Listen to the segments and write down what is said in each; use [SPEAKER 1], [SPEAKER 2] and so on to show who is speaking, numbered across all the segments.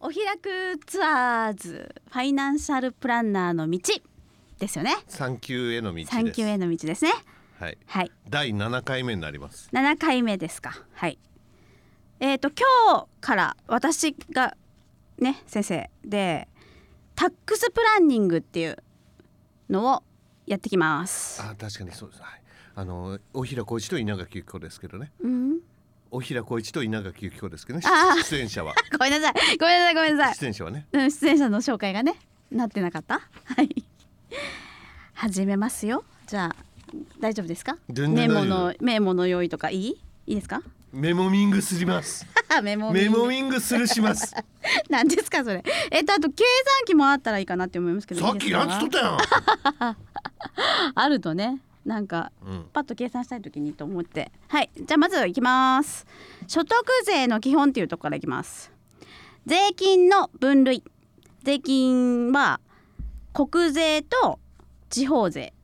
[SPEAKER 1] 開くツアーズファイナンシャルプランナーの道ですよね
[SPEAKER 2] 産休への道です。
[SPEAKER 1] 産休への道ですね
[SPEAKER 2] はい。
[SPEAKER 1] はい
[SPEAKER 2] 第七回目になります。
[SPEAKER 1] 7回目ですかはいえっ、と今日から私がね先生でタックスプランニングっていうのをやってきます
[SPEAKER 2] あ、確かにそうです。はい。あの大平浩一と稲垣由紀子ですけどね。
[SPEAKER 1] うん
[SPEAKER 2] 大平浩一と稲垣由紀子ですけどね
[SPEAKER 1] あ。ー
[SPEAKER 2] 出演者は。
[SPEAKER 1] ごめんなさいごめんなさいごめん なさい
[SPEAKER 2] 出演者はね。
[SPEAKER 1] うん、出演者の紹介がねなってなかったはい始めますよじゃあ大丈夫ですか
[SPEAKER 2] 全然大丈夫
[SPEAKER 1] メモのメモの用意とかいいいいですか
[SPEAKER 2] メモミングすります。
[SPEAKER 1] メモ
[SPEAKER 2] メモミングするし ます。
[SPEAKER 1] 何ですかそれえっとあと計算機もあったらいいかなって思いますけど
[SPEAKER 2] さっきやつ
[SPEAKER 1] い
[SPEAKER 2] とっ
[SPEAKER 1] いです
[SPEAKER 2] たやん。
[SPEAKER 1] かあるとねなんか
[SPEAKER 2] うん。
[SPEAKER 1] パッと計算したい時にと思ってはいじゃあまずいきます所得税の基本っていうところからいきます税金の分類税金は国税と地方税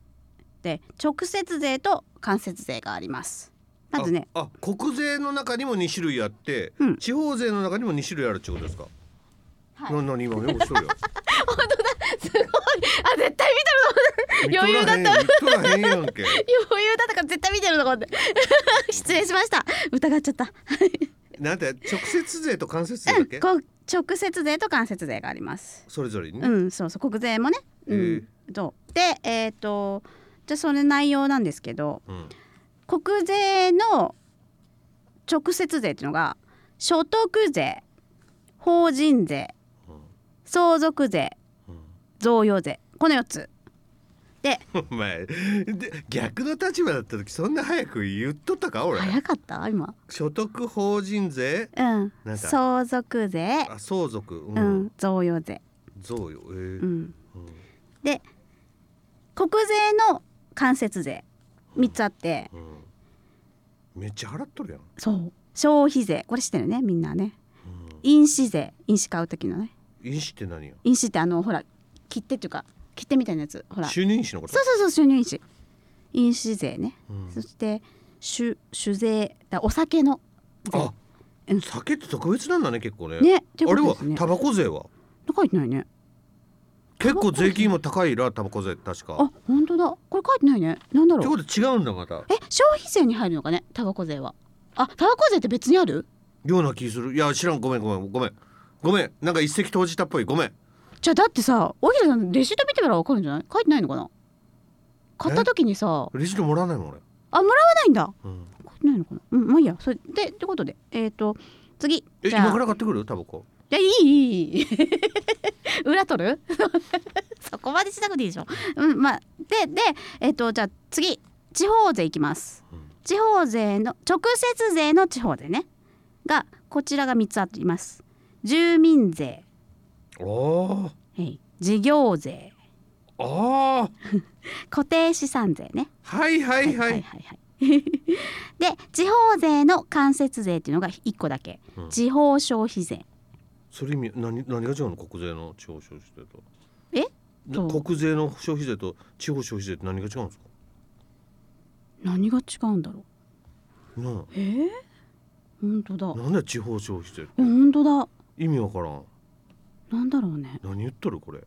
[SPEAKER 1] で直接税と間接税がありますまずね
[SPEAKER 2] あ。あ、国税の中にも二種類あって
[SPEAKER 1] うん、
[SPEAKER 2] 地方税の中にも二種類あるってことですか。
[SPEAKER 1] はい
[SPEAKER 2] な、なに今メモしとるよ。
[SPEAKER 1] すごいあ絶対見て ると思って余裕だった
[SPEAKER 2] 見とらへんやんけ。
[SPEAKER 1] 余裕だったから絶対見てると思って 失礼しました疑っちゃった
[SPEAKER 2] なんて直接税と間接税だっけ？
[SPEAKER 1] こう直接税と間接税があります
[SPEAKER 2] それぞれに
[SPEAKER 1] う
[SPEAKER 2] ね。
[SPEAKER 1] ん、そうそう国税もね。うん
[SPEAKER 2] へ
[SPEAKER 1] そうでえっ、とじゃあそれ内容なんですけど
[SPEAKER 2] うん。
[SPEAKER 1] 国税の直接税っていうのが所得税法人税相続税贈与税この4つで
[SPEAKER 2] お前で逆の立場だった時そんな早く言っとったか俺
[SPEAKER 1] 早かった今、
[SPEAKER 2] 所得法人税
[SPEAKER 1] うん
[SPEAKER 2] な、んか
[SPEAKER 1] 相続税、
[SPEAKER 2] あ相続
[SPEAKER 1] う
[SPEAKER 2] う
[SPEAKER 1] んん、贈与税、
[SPEAKER 2] 贈与えー
[SPEAKER 1] うん、
[SPEAKER 2] うん
[SPEAKER 1] で国税の間接税3つあって、
[SPEAKER 2] うんめっちゃ払っとるやん
[SPEAKER 1] そう消費税これ知ってるねみんなね
[SPEAKER 2] うん
[SPEAKER 1] 印紙税印紙買う時のね
[SPEAKER 2] 印紙って何や
[SPEAKER 1] 印紙ってあのほら切手っていうか切手みたいなやつほらそう
[SPEAKER 2] 就任紙のこと
[SPEAKER 1] そうそう収入印紙印紙税ね、
[SPEAKER 2] うん
[SPEAKER 1] そして酒酒税だお酒の
[SPEAKER 2] あ
[SPEAKER 1] うん
[SPEAKER 2] 酒って特別なんだね結構ね
[SPEAKER 1] ねっていう
[SPEAKER 2] あれ
[SPEAKER 1] こと
[SPEAKER 2] は
[SPEAKER 1] ですね
[SPEAKER 2] タバコ税は
[SPEAKER 1] 書いてないね
[SPEAKER 2] 結構税金も高いらタバコ税確か
[SPEAKER 1] あ本当だこれ書いてないねなんだ
[SPEAKER 2] って
[SPEAKER 1] ろう
[SPEAKER 2] こと違うんだまた
[SPEAKER 1] え消費税に入るのかねタバコ税はあタバコ税って別にある
[SPEAKER 2] ような気するいや知らんごめんごめんごめんごめんなんか一石投じたっぽいごめん
[SPEAKER 1] じゃあだってさ大平さんレシート見てみたらわかるんじゃない書いてないのかな買った時にさ
[SPEAKER 2] レジでもらわないもん俺、
[SPEAKER 1] あもらわないんだ
[SPEAKER 2] うん、
[SPEAKER 1] ないのかなうんまあいいやそれでってことでえっ、と次
[SPEAKER 2] え
[SPEAKER 1] じゃあ
[SPEAKER 2] 今から買ってくるタバコ
[SPEAKER 1] いやいいいいいい 裏取る そこまでしなくていいでしょうんまあででえっ、とじゃあ次地方税いきます
[SPEAKER 2] うん
[SPEAKER 1] 地方税の直接税の地方税ねがこちらが3つあります住民税、
[SPEAKER 2] あ
[SPEAKER 1] えい事業税
[SPEAKER 2] あああ
[SPEAKER 1] 固定資産税ね
[SPEAKER 2] はいはいは
[SPEAKER 1] は
[SPEAKER 2] い、
[SPEAKER 1] いはい で地方税の間接税っていうのが1個だけ、
[SPEAKER 2] うん
[SPEAKER 1] 地方消費税
[SPEAKER 2] それ意味何何が違うの国税の地方消費税と
[SPEAKER 1] え
[SPEAKER 2] な
[SPEAKER 1] と
[SPEAKER 2] 国税の消費税と地方消費税って何が違うんですか
[SPEAKER 1] 何が違うんだろう
[SPEAKER 2] な
[SPEAKER 1] えー、本当だ
[SPEAKER 2] あなんだ地方消費税
[SPEAKER 1] え本当だ
[SPEAKER 2] 意味わからん
[SPEAKER 1] なんだろうね
[SPEAKER 2] 何言っとるこれ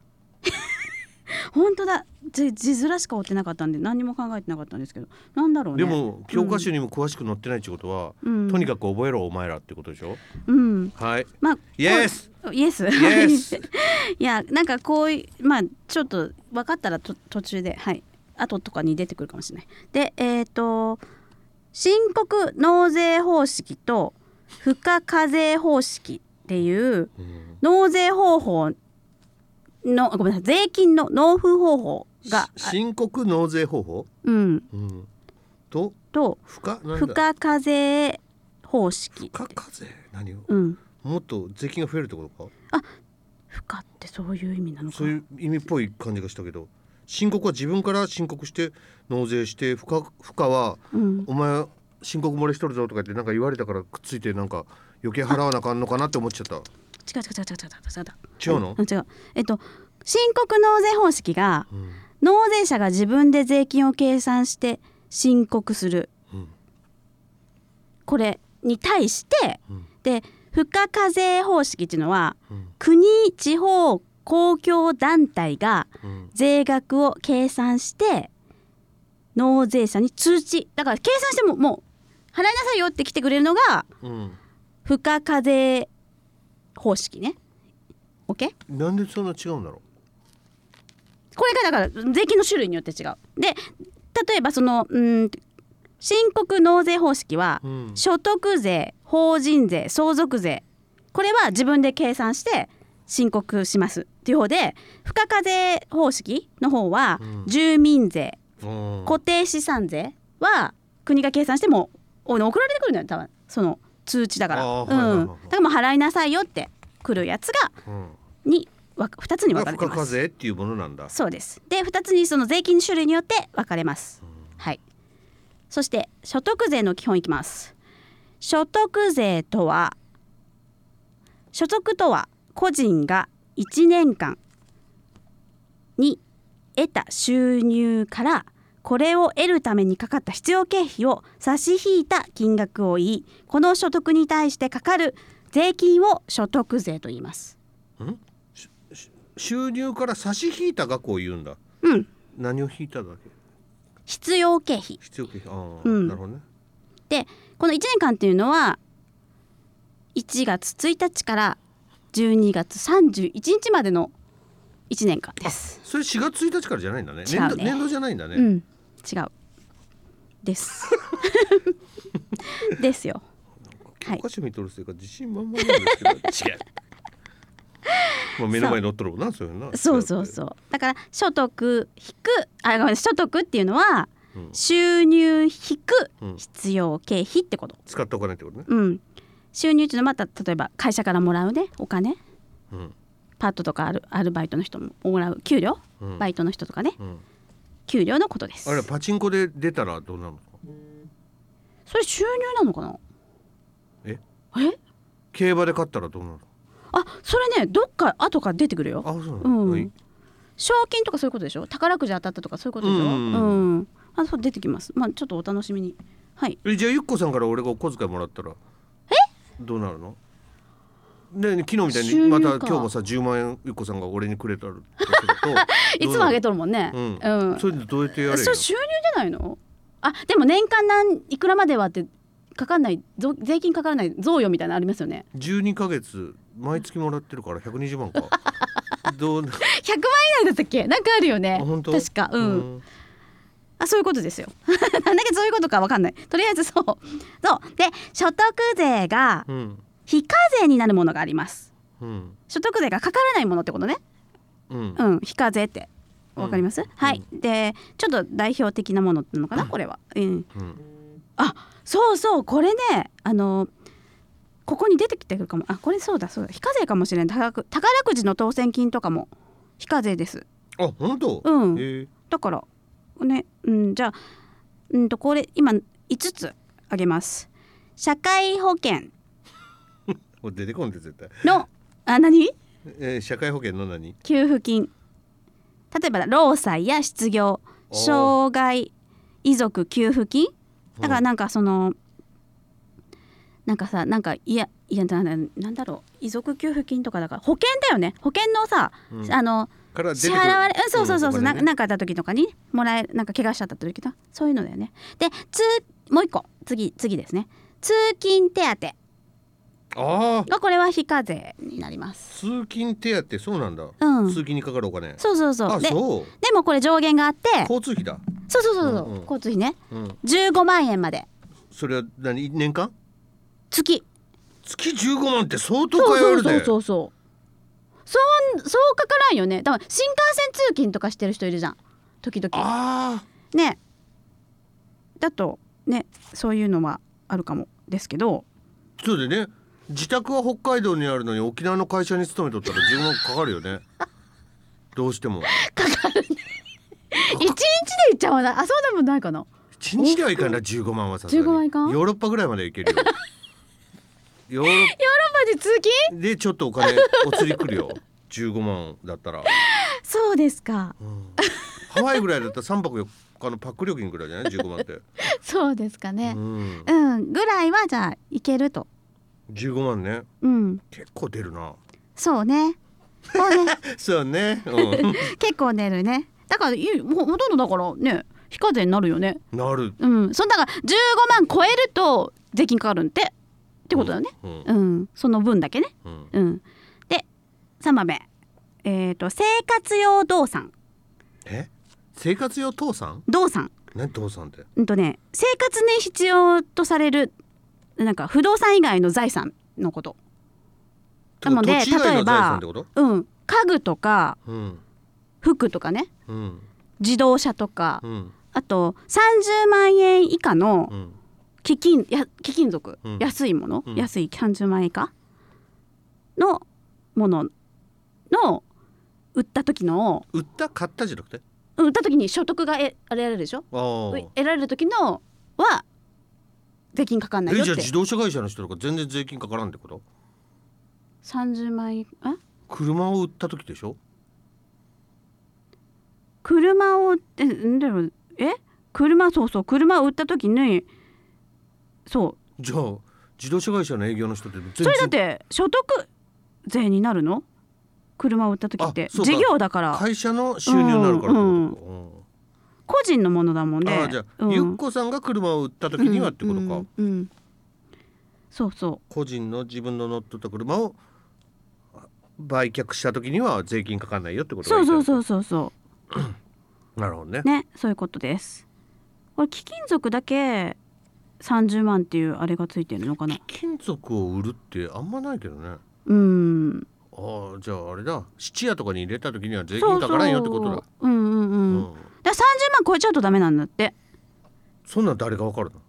[SPEAKER 1] 本当だ字字面しか追ってなかったんで何にも考えてなかったんですけどなんだろうね
[SPEAKER 2] で、も教科書にも詳しく載ってないってことは、
[SPEAKER 1] うん、
[SPEAKER 2] とにかく覚えろお前らってことでしょ
[SPEAKER 1] くうん
[SPEAKER 2] はい
[SPEAKER 1] まあ
[SPEAKER 2] イエス
[SPEAKER 1] こうイエス
[SPEAKER 2] イエス
[SPEAKER 1] いやなんかこういうまあちょっと分かったらと途中ではい後とかに出てくるかもしれないでえっ、と申告納税方式と付加課税方式っていう
[SPEAKER 2] うん
[SPEAKER 1] 納税方法のごめんなさい税金の納付方法が、
[SPEAKER 2] し申告納税方法、
[SPEAKER 1] うん、
[SPEAKER 2] うん、と
[SPEAKER 1] と
[SPEAKER 2] 付加なんだ
[SPEAKER 1] 付加課税方式
[SPEAKER 2] 付加課税何を
[SPEAKER 1] うん、
[SPEAKER 2] もっと税金が増えるってことか
[SPEAKER 1] 付加ってそういう意味なのか
[SPEAKER 2] そういう意味っぽい感じがしたけど申告は自分から申告して納税して付加付加は
[SPEAKER 1] うん、
[SPEAKER 2] お前申告漏れしとるぞとかってなんか言われたからくっついてなんか余計払わなあかんのかなって思っちゃった
[SPEAKER 1] 違う違う違う違う違う違う
[SPEAKER 2] 違うの、
[SPEAKER 1] うん違うえっと申告納税方式が
[SPEAKER 2] うん
[SPEAKER 1] 納税者が自分で税金を計算して申告する
[SPEAKER 2] うん
[SPEAKER 1] これに対して
[SPEAKER 2] うん
[SPEAKER 1] で付加課税方式っていうのは
[SPEAKER 2] うん
[SPEAKER 1] 国地方公共団体が
[SPEAKER 2] うん
[SPEAKER 1] 税額を計算して納税者に通知だから計算してももう払いなさいよって来てくれるのが
[SPEAKER 2] うん
[SPEAKER 1] 付加課税方式ね OK?
[SPEAKER 2] なんでそんな違うんだろ
[SPEAKER 1] これがだから税金の種類によって違うで例えばそのうん申告納税方式は
[SPEAKER 2] う、うん、
[SPEAKER 1] 所得税法人税相続税これは自分で計算して申告しますっていう方で付加課税方式の方は
[SPEAKER 2] うん
[SPEAKER 1] 住民税、
[SPEAKER 2] うん
[SPEAKER 1] 固定資産税は国が計算してもお送られてくるんだよ多分その通知だから、
[SPEAKER 2] あー
[SPEAKER 1] うん、
[SPEAKER 2] はいはいはいはい
[SPEAKER 1] だからもう払いなさいよって来るやつが
[SPEAKER 2] うん
[SPEAKER 1] に2つに分か
[SPEAKER 2] が
[SPEAKER 1] れ
[SPEAKER 2] 付
[SPEAKER 1] てま
[SPEAKER 2] 加課
[SPEAKER 1] す。
[SPEAKER 2] 税っていうものなんだ
[SPEAKER 1] そうです。で2つにその税金の種類によって分かれます。はい。そして所得税の基本いきます。所得税とは所得とは個人が1年間に得た収入からこれを得るためにかかった必要経費を差し引いた金額を言いこの所得に対してかかる税金を所得税と言います。
[SPEAKER 2] 収入から差し引いた額を言うんだ
[SPEAKER 1] うん、
[SPEAKER 2] 何を引いただけ
[SPEAKER 1] 必要経費
[SPEAKER 2] 必要経費ああ、
[SPEAKER 1] うん
[SPEAKER 2] なるほどね
[SPEAKER 1] この1年間っていうのは1月1日から12月31日までの1年間です。
[SPEAKER 2] それ4月1日からじゃないんだね
[SPEAKER 1] 違うね
[SPEAKER 2] 年度年度じゃないんだね、
[SPEAKER 1] うん、違うです。 ですよ。はい
[SPEAKER 2] お菓子見とるせいか自信満々なんですけ ど違うまあ目の前に乗っとるもんなそういうな
[SPEAKER 1] そうそう
[SPEAKER 2] う
[SPEAKER 1] そう。だから所得引くあごめん所得っていうのは
[SPEAKER 2] うん
[SPEAKER 1] 収入引く
[SPEAKER 2] うん
[SPEAKER 1] 必要経費ってこと。
[SPEAKER 2] 使っておかないってことね
[SPEAKER 1] うん。収入っていうのはまた例えば会社からもらうねお金
[SPEAKER 2] うん
[SPEAKER 1] パートとかアルアルバイトの人ももらう給料
[SPEAKER 2] うん
[SPEAKER 1] バイトの人とかね
[SPEAKER 2] うん、
[SPEAKER 1] 給料のことです。
[SPEAKER 2] あれパチンコで出たらどうなるのか
[SPEAKER 1] それ収入なのかな
[SPEAKER 2] え
[SPEAKER 1] え
[SPEAKER 2] 競馬で勝ったらどうなる
[SPEAKER 1] あそれねどっか後から出てくるよ
[SPEAKER 2] のあそうなの、
[SPEAKER 1] うん
[SPEAKER 2] はい
[SPEAKER 1] 賞金とかそういうことでしょ宝くじ当たったとかそういうことでしょ
[SPEAKER 2] う
[SPEAKER 1] うんん、あそう出てきますまあちょっとお楽しみにはい
[SPEAKER 2] えじゃあゆっこさんから俺がお小遣いもらったらえどうなるので昨日みたいに
[SPEAKER 1] 収入
[SPEAKER 2] ま
[SPEAKER 1] か
[SPEAKER 2] た今日もさ10万円ゆっこさんが俺にくれたら
[SPEAKER 1] いつもあげ
[SPEAKER 2] て
[SPEAKER 1] とるもんね
[SPEAKER 2] う
[SPEAKER 1] うんん、
[SPEAKER 2] それでどうやってやれる
[SPEAKER 1] それ収入じゃないのあでも年間なんいくらまではってかかんないぞ税金かからない贈与みたいなのありますよね
[SPEAKER 2] 12ヶ月毎月もらってるから120 万かどうな
[SPEAKER 1] 100万以内だったっけなんかあるよね
[SPEAKER 2] あ本当
[SPEAKER 1] 確かうん、
[SPEAKER 2] ん
[SPEAKER 1] あそういうことですよ。 なんだけどそういうことかわかんない。とりあえずそう。そうで所得税が
[SPEAKER 2] うん
[SPEAKER 1] 非課税になるものがあります。
[SPEAKER 2] うん
[SPEAKER 1] 所得税がかからないものってことね。
[SPEAKER 2] うん
[SPEAKER 1] うん、非課税ってわかります？はい。でちょっと代表的なものなのかなこれは。うん。
[SPEAKER 2] うん
[SPEAKER 1] そうそうこれねあのここに出てきてくるかも。あこれそうだそうだ非課税かもしれない。宝く宝くじの当選金とかも非課税です。
[SPEAKER 2] あ本当
[SPEAKER 1] うん
[SPEAKER 2] え
[SPEAKER 1] だからね、うん、じゃあ、うん、とこれ今5つあげます社会保険
[SPEAKER 2] ー、出てこんで絶対
[SPEAKER 1] のあ何
[SPEAKER 2] えー、社会保険の何
[SPEAKER 1] 給付金例えば労災や失業
[SPEAKER 2] おー
[SPEAKER 1] 障害遺族給付金だから
[SPEAKER 2] うん
[SPEAKER 1] なんかその、なんかさなんかいやいやなななんだろう遺族給付金とかだから保険だよね保険のさ、
[SPEAKER 2] うん
[SPEAKER 1] あの
[SPEAKER 2] から出て
[SPEAKER 1] 支
[SPEAKER 2] くる
[SPEAKER 1] 払われ、うん、そうそうそうそう、
[SPEAKER 2] んお
[SPEAKER 1] な
[SPEAKER 2] 金ね
[SPEAKER 1] なんかあった時とかにもらえるなんか怪我しちゃった時とかそういうのだよねでつもう一個次次ですね通勤手当
[SPEAKER 2] ああ
[SPEAKER 1] がこれは非課税になります
[SPEAKER 2] 通勤手当そうなんだ、
[SPEAKER 1] うん
[SPEAKER 2] 通勤にかかるお金
[SPEAKER 1] そうそうそう
[SPEAKER 2] あ
[SPEAKER 1] で
[SPEAKER 2] そう
[SPEAKER 1] でもこれ上限があって
[SPEAKER 2] 交通費だ、
[SPEAKER 1] そうそうそうそう、
[SPEAKER 2] うんうん
[SPEAKER 1] 交通費ね
[SPEAKER 2] うん、
[SPEAKER 1] 15万円まで
[SPEAKER 2] それは何年間
[SPEAKER 1] 月
[SPEAKER 2] 月15万って相当
[SPEAKER 1] そうそ
[SPEAKER 2] かや
[SPEAKER 1] う
[SPEAKER 2] る
[SPEAKER 1] そう
[SPEAKER 2] で
[SPEAKER 1] そうそうそうそうかからんよね多分新幹線通勤とかしてる人いるじゃん時々
[SPEAKER 2] あ
[SPEAKER 1] ねだとねそういうのはあるかもですけど
[SPEAKER 2] あそうでね自宅は北海道にあるのに沖縄の会社に勤めとったら10万かかるよねどうしても
[SPEAKER 1] 一日で行っちゃわないあそうでもないかな
[SPEAKER 2] 一日ではいかんな15万はさすがに
[SPEAKER 1] 15万いかん
[SPEAKER 2] ヨーロッパぐらいまで行ける よヨーロッ
[SPEAKER 1] マジ通勤
[SPEAKER 2] パでちょっとお金お釣りくるよ15万だったら、
[SPEAKER 1] そうですか
[SPEAKER 2] うんハワイぐらいだったら3泊4日のパック料金ぐらいじゃない15万って、
[SPEAKER 1] そうですか
[SPEAKER 2] う
[SPEAKER 1] ね
[SPEAKER 2] ん
[SPEAKER 1] う、んぐらいはじゃあ行けると
[SPEAKER 2] 15万ね
[SPEAKER 1] うん
[SPEAKER 2] 結構出るな
[SPEAKER 1] そうねそうね
[SPEAKER 2] そうね、う
[SPEAKER 1] 結構出るねだからいほほとんどだからね非課税になるよね
[SPEAKER 2] ん、なる、
[SPEAKER 1] うんそんだから15万超えると税金かかるんってってことだよね
[SPEAKER 2] うん
[SPEAKER 1] うんその分だけね
[SPEAKER 2] うん、
[SPEAKER 1] うんで3番目えっ、と生活用動産
[SPEAKER 2] え生活用倒産
[SPEAKER 1] 動産
[SPEAKER 2] 何倒産って
[SPEAKER 1] うんとね生活に必要とされるなんか不動産以外の財産のことなので
[SPEAKER 2] 土地以外
[SPEAKER 1] 例
[SPEAKER 2] の
[SPEAKER 1] えば
[SPEAKER 2] 財産ってこと
[SPEAKER 1] うん家具とか
[SPEAKER 2] うん
[SPEAKER 1] 服とかね
[SPEAKER 2] うん
[SPEAKER 1] 自動車とか
[SPEAKER 2] うん
[SPEAKER 1] あと30万円以下の
[SPEAKER 2] うん
[SPEAKER 1] 貴金や貴金属、
[SPEAKER 2] うん
[SPEAKER 1] 安いもの、
[SPEAKER 2] うん
[SPEAKER 1] 安い30万円以下のものの売った時の
[SPEAKER 2] 売った買ったじゃなくて
[SPEAKER 1] うん売った時に所得が得得られるでしょ
[SPEAKER 2] ああ
[SPEAKER 1] 得られる時のは税金かかんない
[SPEAKER 2] え
[SPEAKER 1] よっ
[SPEAKER 2] じゃあ
[SPEAKER 1] て
[SPEAKER 2] 自動車会社の人とか全然税金かからんってこと
[SPEAKER 1] 30万円あ
[SPEAKER 2] 車を売った時でしょ
[SPEAKER 1] 車をえんだろうえ車そうそう車を売った時にそう
[SPEAKER 2] じゃあ自動車会社の営業の人って全然
[SPEAKER 1] それだって所得税になるの車を売った時って
[SPEAKER 2] あそうか
[SPEAKER 1] 事業だから
[SPEAKER 2] 会社の収入になるからってことか、
[SPEAKER 1] うん
[SPEAKER 2] うん
[SPEAKER 1] 個人のものだもんね
[SPEAKER 2] ああじゃあ、
[SPEAKER 1] うん
[SPEAKER 2] ゆっこさんが車を売った時にはってことか、
[SPEAKER 1] うんうんうんそうそ
[SPEAKER 2] 個人の自分の乗っとった車をあ売却した時には税金かかんないよってこ
[SPEAKER 1] う
[SPEAKER 2] とが
[SPEAKER 1] そうそう
[SPEAKER 2] う
[SPEAKER 1] そうそうそ
[SPEAKER 2] なるほどね
[SPEAKER 1] うねそういうことですこれ貴金属だけ30万っていうあれがついてるのかな
[SPEAKER 2] 金属を売るってあんまないけどね
[SPEAKER 1] うん
[SPEAKER 2] ああじゃああれだ質屋とかに入れた時には税
[SPEAKER 1] そ
[SPEAKER 2] 金
[SPEAKER 1] うそ
[SPEAKER 2] か
[SPEAKER 1] う
[SPEAKER 2] からんよってことだ
[SPEAKER 1] うんうんう、
[SPEAKER 2] うん
[SPEAKER 1] だから30万超えちゃうとダメなんだって
[SPEAKER 2] そんなん誰がわかるの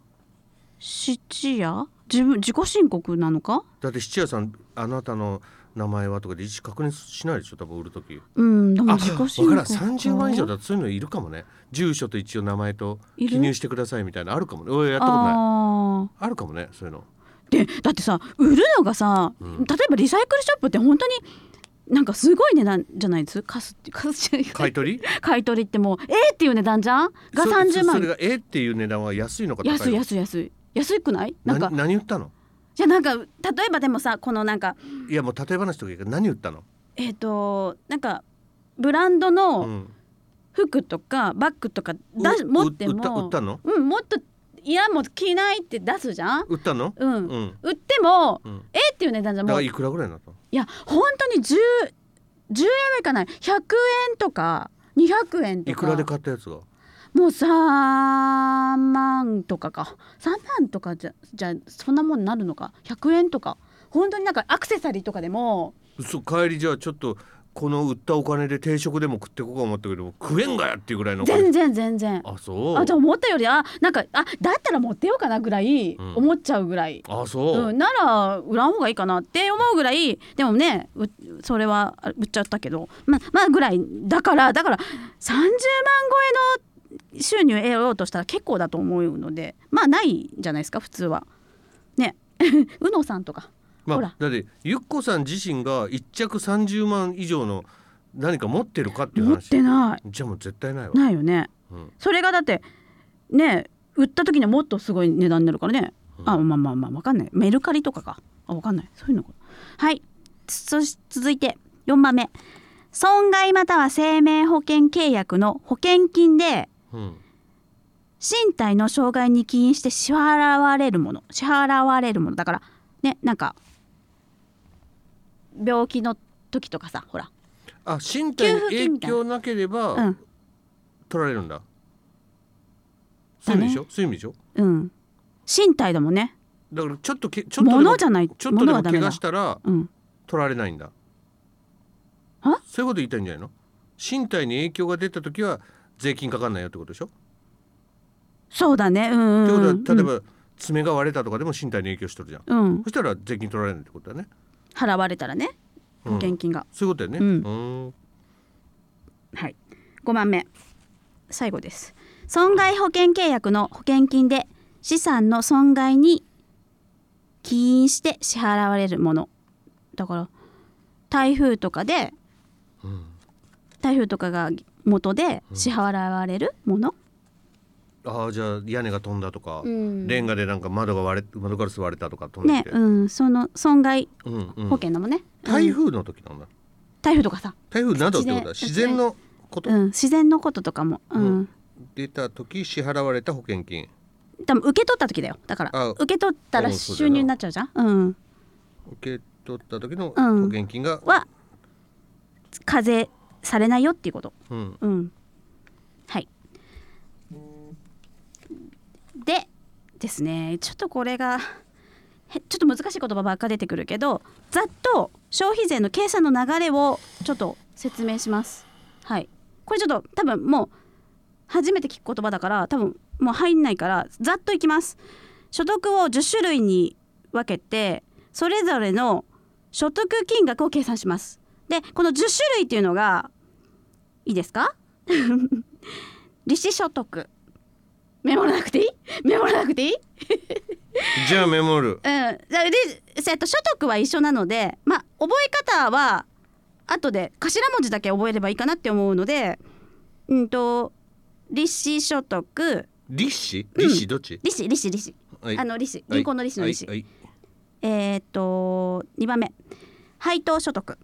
[SPEAKER 1] 質屋自分自己申告なのか
[SPEAKER 2] だって質屋さんあなたの名前はとかで一致確認しないでしょ多分売る時
[SPEAKER 1] うんでも
[SPEAKER 2] あ
[SPEAKER 1] 自己申
[SPEAKER 2] 分
[SPEAKER 1] 告
[SPEAKER 2] からん30万以上だとそういうのいるかもね住所と一応名前と
[SPEAKER 1] いる
[SPEAKER 2] 記入してくださいみたいなのあるかもねおいやったことない
[SPEAKER 1] あ
[SPEAKER 2] あるかもねそういうの
[SPEAKER 1] ーでだってさ売るのがさ、
[SPEAKER 2] うん
[SPEAKER 1] 例えばリサイクルショップって本当になんかすごい値段じゃないですかすって貸すじゃない
[SPEAKER 2] 買い取り
[SPEAKER 1] 買い取りってもうえー、っていう値段じゃんが
[SPEAKER 2] そ
[SPEAKER 1] 30
[SPEAKER 2] それ
[SPEAKER 1] 万
[SPEAKER 2] がえっていう値段は安いのか高いのか
[SPEAKER 1] 安い安い安い安くないなんか
[SPEAKER 2] 何何売ったの
[SPEAKER 1] じゃあなんか例えばでもさこのなんか
[SPEAKER 2] いやもう例え話とかいいから何売ったの、
[SPEAKER 1] えっ、となんかブランド
[SPEAKER 2] う
[SPEAKER 1] の
[SPEAKER 2] ん、
[SPEAKER 1] 服とかバッグとか
[SPEAKER 2] う
[SPEAKER 1] だ、
[SPEAKER 2] う
[SPEAKER 1] 持っても
[SPEAKER 2] 売った売ったの
[SPEAKER 1] うん、もっといやもう着ないって出すじゃん。
[SPEAKER 2] 売ったの
[SPEAKER 1] うん。
[SPEAKER 2] うん
[SPEAKER 1] 売っても
[SPEAKER 2] うん
[SPEAKER 1] えっていう値段じゃ
[SPEAKER 2] だ
[SPEAKER 1] も
[SPEAKER 2] から
[SPEAKER 1] うい
[SPEAKER 2] いくらぐらいになったの
[SPEAKER 1] や本当に10 10円はいかない100円とか200円と
[SPEAKER 2] い
[SPEAKER 1] か
[SPEAKER 2] くらで買ったやつが
[SPEAKER 1] もう3万とかか3万とかじゃじゃそんなもんなるのか100円とか本当になんかアクセサリーとかでも
[SPEAKER 2] 嘘帰りじゃあちょっとこの売ったお金で定食でも食ってこうか思ったけど食えんがやっていうぐらいのお金
[SPEAKER 1] 全然全然
[SPEAKER 2] あそう
[SPEAKER 1] あじゃあ思ったよりあなんかあだったら持ってようかなぐらい
[SPEAKER 2] うん
[SPEAKER 1] 思っちゃうぐらい、
[SPEAKER 2] あそう、
[SPEAKER 1] うん、なら売らん方がいいかなって思うぐらいでもねうそれはあ売っちゃったけどままあぐらいだからだから30万超えの収入得ようとしたら結構だと思うのでまあないじゃないですか普通は。ね うのさんとか
[SPEAKER 2] ま
[SPEAKER 1] ほ
[SPEAKER 2] あ
[SPEAKER 1] ら
[SPEAKER 2] だってゆっこさん自身が一着30万以上の何か持ってるかっていう
[SPEAKER 1] 持っ
[SPEAKER 2] 話
[SPEAKER 1] てな
[SPEAKER 2] じゃあもう絶対ないわ
[SPEAKER 1] いないよね。
[SPEAKER 2] うん
[SPEAKER 1] それがだってね売った時にはもっとすごい値段になるからね、
[SPEAKER 2] うん
[SPEAKER 1] あまあまあまあわかんないメルカリとかかあわかんないそういうのかはいそし続いて4番目損害または生命保険契約の保険金で
[SPEAKER 2] うん
[SPEAKER 1] 身体の障害に起因して支払われるもの支払われるものだからねなんか病気の時とかさほら
[SPEAKER 2] あ身体に影響なければ、
[SPEAKER 1] うん
[SPEAKER 2] 取られるんだそういう意味でしょ、そういう意味でしょ
[SPEAKER 1] うん身体だもんね
[SPEAKER 2] だからちょっとけちょっとでも
[SPEAKER 1] 物じゃない
[SPEAKER 2] ちょっと
[SPEAKER 1] も
[SPEAKER 2] で
[SPEAKER 1] の
[SPEAKER 2] も
[SPEAKER 1] はダ
[SPEAKER 2] 怪
[SPEAKER 1] メ
[SPEAKER 2] 我
[SPEAKER 1] だ
[SPEAKER 2] したら
[SPEAKER 1] うん
[SPEAKER 2] 取られないんだ
[SPEAKER 1] あ
[SPEAKER 2] そういうこと言いたいんじゃないの身体に影響が出た時は税金かかんないよってことでしょ、
[SPEAKER 1] そうだねうんうん
[SPEAKER 2] って
[SPEAKER 1] うん、
[SPEAKER 2] ことは例えば、爪が割れたとかでも身体に影響しとるじゃん
[SPEAKER 1] うん、うん
[SPEAKER 2] そしたら税金取られないってことだね、
[SPEAKER 1] 払われたらね
[SPEAKER 2] うん
[SPEAKER 1] 保険金が、
[SPEAKER 2] そういうことだよね、
[SPEAKER 1] うん
[SPEAKER 2] ーん
[SPEAKER 1] はい5番目最後です損害保険契約の保険金で資産の損害に起因して支払われるものだから台風とかで
[SPEAKER 2] うん
[SPEAKER 1] 台風とかが元で支払われるもの、
[SPEAKER 2] ああじゃあ屋根が飛んだとか、
[SPEAKER 1] うん
[SPEAKER 2] レンガでなんか窓が割れ窓ガラス割れたとか飛んで
[SPEAKER 1] ね
[SPEAKER 2] きて、
[SPEAKER 1] うんその損害
[SPEAKER 2] うんうん
[SPEAKER 1] 保険のもね、うん
[SPEAKER 2] 台風の時なんだ
[SPEAKER 1] 台風とかさ、
[SPEAKER 2] 台風などってことだ
[SPEAKER 1] 自然
[SPEAKER 2] 自然のこと
[SPEAKER 1] うん、自然のこととかも、うん
[SPEAKER 2] うん出た時支払われた保険金
[SPEAKER 1] 多分受け取った時だよだから
[SPEAKER 2] あ
[SPEAKER 1] 受け取ったら
[SPEAKER 2] うんそうだ
[SPEAKER 1] 収
[SPEAKER 2] よな
[SPEAKER 1] 入になっちゃうじゃん、うん、
[SPEAKER 2] 受け取った時の
[SPEAKER 1] うん
[SPEAKER 2] 保険金が、
[SPEAKER 1] は課税されないよっていうこと
[SPEAKER 2] うん
[SPEAKER 1] うんはいでですねちょっとこれがへちょっと難しい言葉ばっか出てくるけどざっと消費税の計算の流れをちょっと説明しますはいこれちょっと多分もう初めて聞く言葉だから多分もう入んないからざっといきます所得を10種類に分けてそれぞれの所得金額を計算しますでこの10種類っていうのがいいですか 利子所得メモらなくていい メモらなくていいうん
[SPEAKER 2] じゃあメモる
[SPEAKER 1] じゃあでえっと所得は一緒なのでまあ覚え方は後で頭文字だけ覚えればいいかなって思うのでうんと利子所得
[SPEAKER 2] 利子利子どっち、
[SPEAKER 1] 利子利子利子、
[SPEAKER 2] はい
[SPEAKER 1] あの利子
[SPEAKER 2] はい
[SPEAKER 1] 銀行の利子の利子、
[SPEAKER 2] はいはい
[SPEAKER 1] えーっと2番目配当所得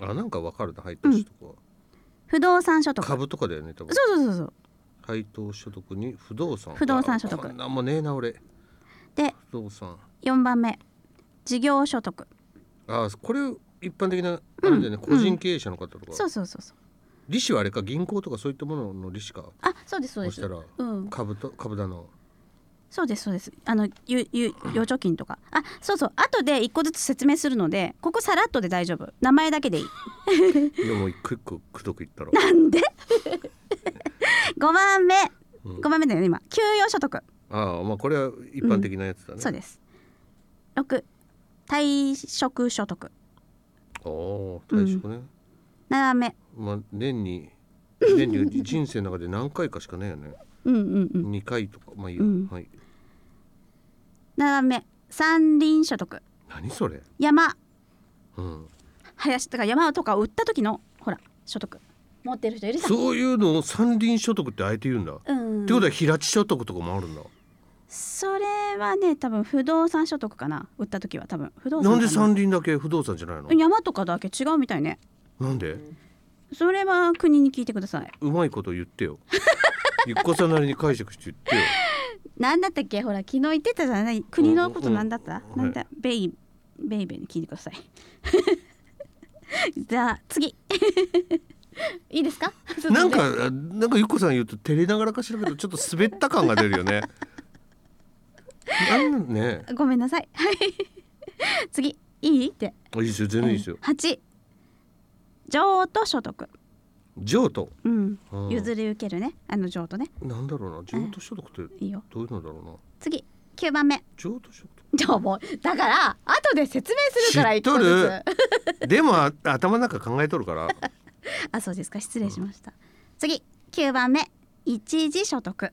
[SPEAKER 2] あなんかわかるな配当所得は、
[SPEAKER 1] 不動産所得そう
[SPEAKER 2] 株とかだよね多分
[SPEAKER 1] そうそうそう
[SPEAKER 2] 配当所得に不動産
[SPEAKER 1] 不動産所得
[SPEAKER 2] あこんなんもねえな俺
[SPEAKER 1] で
[SPEAKER 2] 不動産
[SPEAKER 1] 4番目事業所得
[SPEAKER 2] あこれ一般的なあれだよね、個人経営者の方とか、
[SPEAKER 1] そうそうそうそう
[SPEAKER 2] 利子はあれか銀行とかそういったものの利子か
[SPEAKER 1] あそうですそうで
[SPEAKER 2] そ
[SPEAKER 1] す
[SPEAKER 2] したら
[SPEAKER 1] うん、
[SPEAKER 2] 株と株だの
[SPEAKER 1] そうですそうですあのゆゆ預貯金とかあそうそう後で一個ずつ説明するのでここさらっとで大丈夫名前だけでいい
[SPEAKER 2] でも一個一個くどく いったら
[SPEAKER 1] なんで5番目
[SPEAKER 2] うん
[SPEAKER 1] 5番目だよね今給与所得
[SPEAKER 2] ああまあこれは一般的なやつだね、
[SPEAKER 1] そうです6退職所得
[SPEAKER 2] ああ退職ね、
[SPEAKER 1] 7番目
[SPEAKER 2] まあ年に年に人生の中で何回かしかないよね
[SPEAKER 1] うんうんうん
[SPEAKER 2] 2回とかまあいいよ、
[SPEAKER 1] うん
[SPEAKER 2] はい
[SPEAKER 1] 7番目山林所得
[SPEAKER 2] 何それ
[SPEAKER 1] 山
[SPEAKER 2] うん
[SPEAKER 1] 林とか山とかを売った時のほら所得持ってる人いるじゃん
[SPEAKER 2] そういうのを山林所得ってあえて言うんだ、って
[SPEAKER 1] うん
[SPEAKER 2] ことは平地所得とかもあるんだ
[SPEAKER 1] それはね多分不動産所得かな売った時は多分不動産
[SPEAKER 2] なんで
[SPEAKER 1] かな
[SPEAKER 2] 山林だけ不動産じゃないの
[SPEAKER 1] 山とかだけ違うみたいね
[SPEAKER 2] なんで
[SPEAKER 1] それは国に聞いてくださいう
[SPEAKER 2] まいこと言ってよゆっこさんなりに解釈して言って よ
[SPEAKER 1] なんだったっけほら昨日言ってたじゃない国のことなんだった、
[SPEAKER 2] うんうん
[SPEAKER 1] なんだ、ベイベイベイに聞いてください じゃあ次 いいですか
[SPEAKER 2] なんかなんかゆっこさん言うと照れながらかしらけどちょっと滑った感が出るよねなんね
[SPEAKER 1] ごめんなさい はい次いいって
[SPEAKER 2] いいですよ全然いいですよ
[SPEAKER 1] 8譲渡所得
[SPEAKER 2] 譲渡
[SPEAKER 1] うん
[SPEAKER 2] うん
[SPEAKER 1] 譲り受けるねあの譲渡ね
[SPEAKER 2] なんだろうな譲渡所得って
[SPEAKER 1] いいよ
[SPEAKER 2] どういうのだろうな
[SPEAKER 1] 次9番目
[SPEAKER 2] 譲渡所
[SPEAKER 1] じゃあもうだから後で説明するから
[SPEAKER 2] 知っ
[SPEAKER 1] 一個
[SPEAKER 2] とる
[SPEAKER 1] ず
[SPEAKER 2] 得 でもあ頭の中考えとるから
[SPEAKER 1] つ あそうですか失礼しました、次9番目一時所得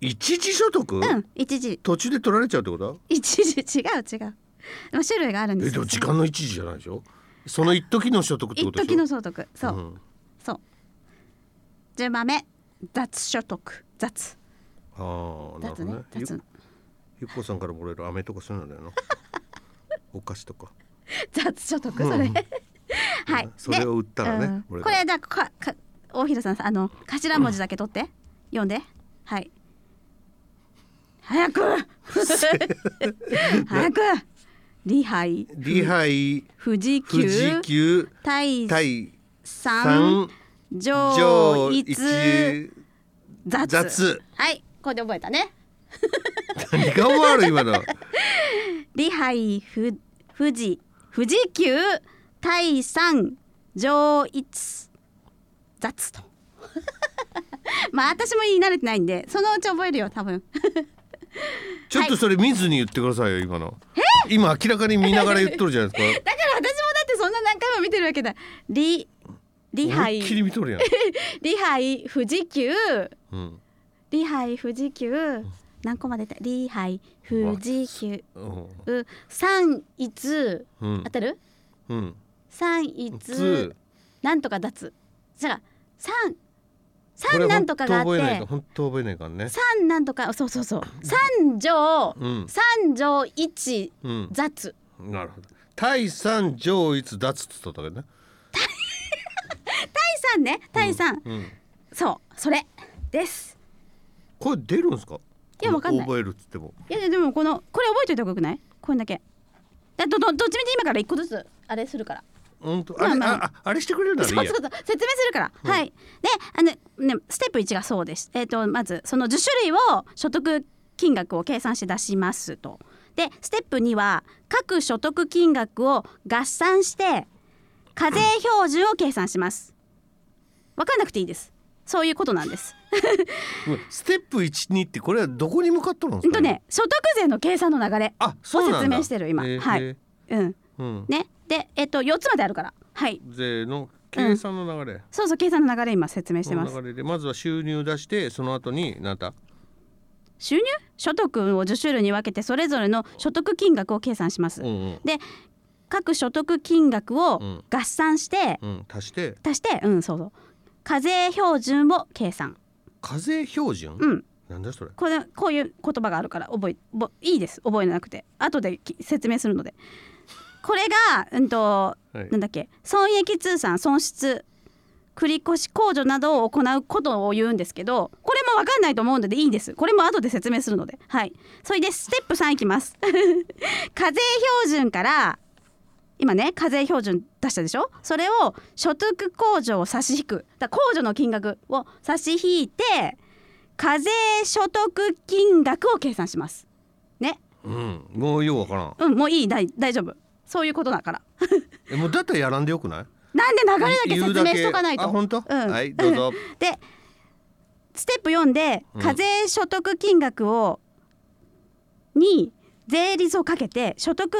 [SPEAKER 2] 一時所得、
[SPEAKER 1] うん一時
[SPEAKER 2] 途中で取られちゃうってこと
[SPEAKER 1] 一時違う違うでも種類があるんで
[SPEAKER 2] え
[SPEAKER 1] す
[SPEAKER 2] で
[SPEAKER 1] よ
[SPEAKER 2] も時間の一時じゃないでしょその一時の所得って
[SPEAKER 1] 一
[SPEAKER 2] ことでしょ
[SPEAKER 1] 時の所得そう、
[SPEAKER 2] うん
[SPEAKER 1] そう10番目雑所得雑
[SPEAKER 2] ああなるほ
[SPEAKER 1] 雑
[SPEAKER 2] ど
[SPEAKER 1] ね
[SPEAKER 2] ねゆ
[SPEAKER 1] 雑
[SPEAKER 2] ゆっこさんからもらえる飴とかそういうのだよなお菓子とか
[SPEAKER 1] 雑所得それ、
[SPEAKER 2] うん
[SPEAKER 1] はい
[SPEAKER 2] それ
[SPEAKER 1] で
[SPEAKER 2] を売ったらね、
[SPEAKER 1] うん
[SPEAKER 2] 俺が
[SPEAKER 1] これだかか大平さんさあの頭文字だけ取って、読んではい早 く早くリハイ
[SPEAKER 2] リハイ
[SPEAKER 1] 富士
[SPEAKER 2] 富
[SPEAKER 1] 急
[SPEAKER 2] 士急
[SPEAKER 1] 対
[SPEAKER 2] 対
[SPEAKER 1] 三
[SPEAKER 2] 三
[SPEAKER 1] 上
[SPEAKER 2] 上
[SPEAKER 1] 一
[SPEAKER 2] 一
[SPEAKER 1] 雑
[SPEAKER 2] 雑
[SPEAKER 1] はいこれで覚えたね
[SPEAKER 2] 何が悪い今の
[SPEAKER 1] リハイふ富士富士急対三上一雑と まあ私も言い慣れてないんでそのうち覚えるよ多分
[SPEAKER 2] ちょっとそれ見ずに言ってくださいよ今の今明らかに見ながら言っとるじゃないですか
[SPEAKER 1] だから私もだってそんな何回も見てるわけだ。リリハ
[SPEAKER 2] 思い
[SPEAKER 1] イ
[SPEAKER 2] っきり見とるやん、
[SPEAKER 1] リハイ富士急
[SPEAKER 2] うん
[SPEAKER 1] リハイ富士急何個まで言ったリハイ富士急
[SPEAKER 2] うん
[SPEAKER 1] 三一
[SPEAKER 2] うん
[SPEAKER 1] 当たる
[SPEAKER 2] うん
[SPEAKER 1] 三一
[SPEAKER 2] つ
[SPEAKER 1] なんとか脱じゃあ三
[SPEAKER 2] これ
[SPEAKER 1] 三なんとかがあっ
[SPEAKER 2] 本当覚えない
[SPEAKER 1] て
[SPEAKER 2] か本当覚えないからね
[SPEAKER 1] 三なんとかそうそうそう三条
[SPEAKER 2] うん
[SPEAKER 1] 三条一
[SPEAKER 2] うん
[SPEAKER 1] 雑
[SPEAKER 2] なるほど対三上一脱って言っただけどね
[SPEAKER 1] 第三ね第三
[SPEAKER 2] うん
[SPEAKER 1] そうそれです
[SPEAKER 2] これ出るんですか
[SPEAKER 1] いやわかんない
[SPEAKER 2] 覚えるっつっても
[SPEAKER 1] いやでもこのこれ覚えておいた方がよくないこれだけだどどどっちみち今から一個ずつあれするから
[SPEAKER 2] 本当
[SPEAKER 1] ま
[SPEAKER 2] あ
[SPEAKER 1] あ
[SPEAKER 2] れ
[SPEAKER 1] まあ
[SPEAKER 2] あああれしてくれるならいい
[SPEAKER 1] そ
[SPEAKER 2] や
[SPEAKER 1] うそうそう説明するから、はいであの、ね、ステップ1がそうです、えー、とまずその10種類を所得金額を計算して出しますとでステップ2は各所得金額を合算して課税標準を計算します分かんなくていいですそういうことなんです
[SPEAKER 2] うんステップ一二ってこれはどこに向かっとるん
[SPEAKER 1] う
[SPEAKER 2] です
[SPEAKER 1] んと
[SPEAKER 2] か
[SPEAKER 1] ね所得税の計算の流れ
[SPEAKER 2] あそうなんだ
[SPEAKER 1] を説明してる今
[SPEAKER 2] えー
[SPEAKER 1] はい
[SPEAKER 2] え
[SPEAKER 1] う
[SPEAKER 2] ー
[SPEAKER 1] ん
[SPEAKER 2] うん
[SPEAKER 1] ねでえっ、と4つまであるからはい
[SPEAKER 2] 税の計算の流れ、
[SPEAKER 1] そうそう計算の流れ今説明して
[SPEAKER 2] そ
[SPEAKER 1] ま
[SPEAKER 2] の
[SPEAKER 1] す
[SPEAKER 2] 流れでまずは収入出してその後になんだ
[SPEAKER 1] 収入所得を10種類に分けてそれぞれの所得金額を計算します、
[SPEAKER 2] うんうん
[SPEAKER 1] で各所得金額を
[SPEAKER 2] うん
[SPEAKER 1] 合算して、
[SPEAKER 2] うん足して
[SPEAKER 1] 足してうんそうそう課税標準を計算
[SPEAKER 2] 課税標準、
[SPEAKER 1] うん
[SPEAKER 2] なんだそれ
[SPEAKER 1] これこういう言葉があるから覚えぼいいです覚えなくて後でき説明するのでこれがうんと、
[SPEAKER 2] はい
[SPEAKER 1] なんだっけ損益通算損失繰越控除などを行うことを言うんですけどこれも分かんないと思うのでいいですこれも後で説明するのではいそれでステップ3いきます 課税標準から今ね課税標準出したでしょそれを所得控除を差し引くだから控除の金額を差し引いて課税所得金額を計算しますね
[SPEAKER 2] うんもうようわからん
[SPEAKER 1] うんもういいだい大丈夫そういうことだから
[SPEAKER 2] えもうだったらやらんでよくない
[SPEAKER 1] なんで流れだけ説明しとかない
[SPEAKER 2] あ
[SPEAKER 1] と
[SPEAKER 2] 本当、
[SPEAKER 1] うん
[SPEAKER 2] はいどうぞ
[SPEAKER 1] でステップ4で
[SPEAKER 2] うん
[SPEAKER 1] 課税所得金額を、に税率をかけて所得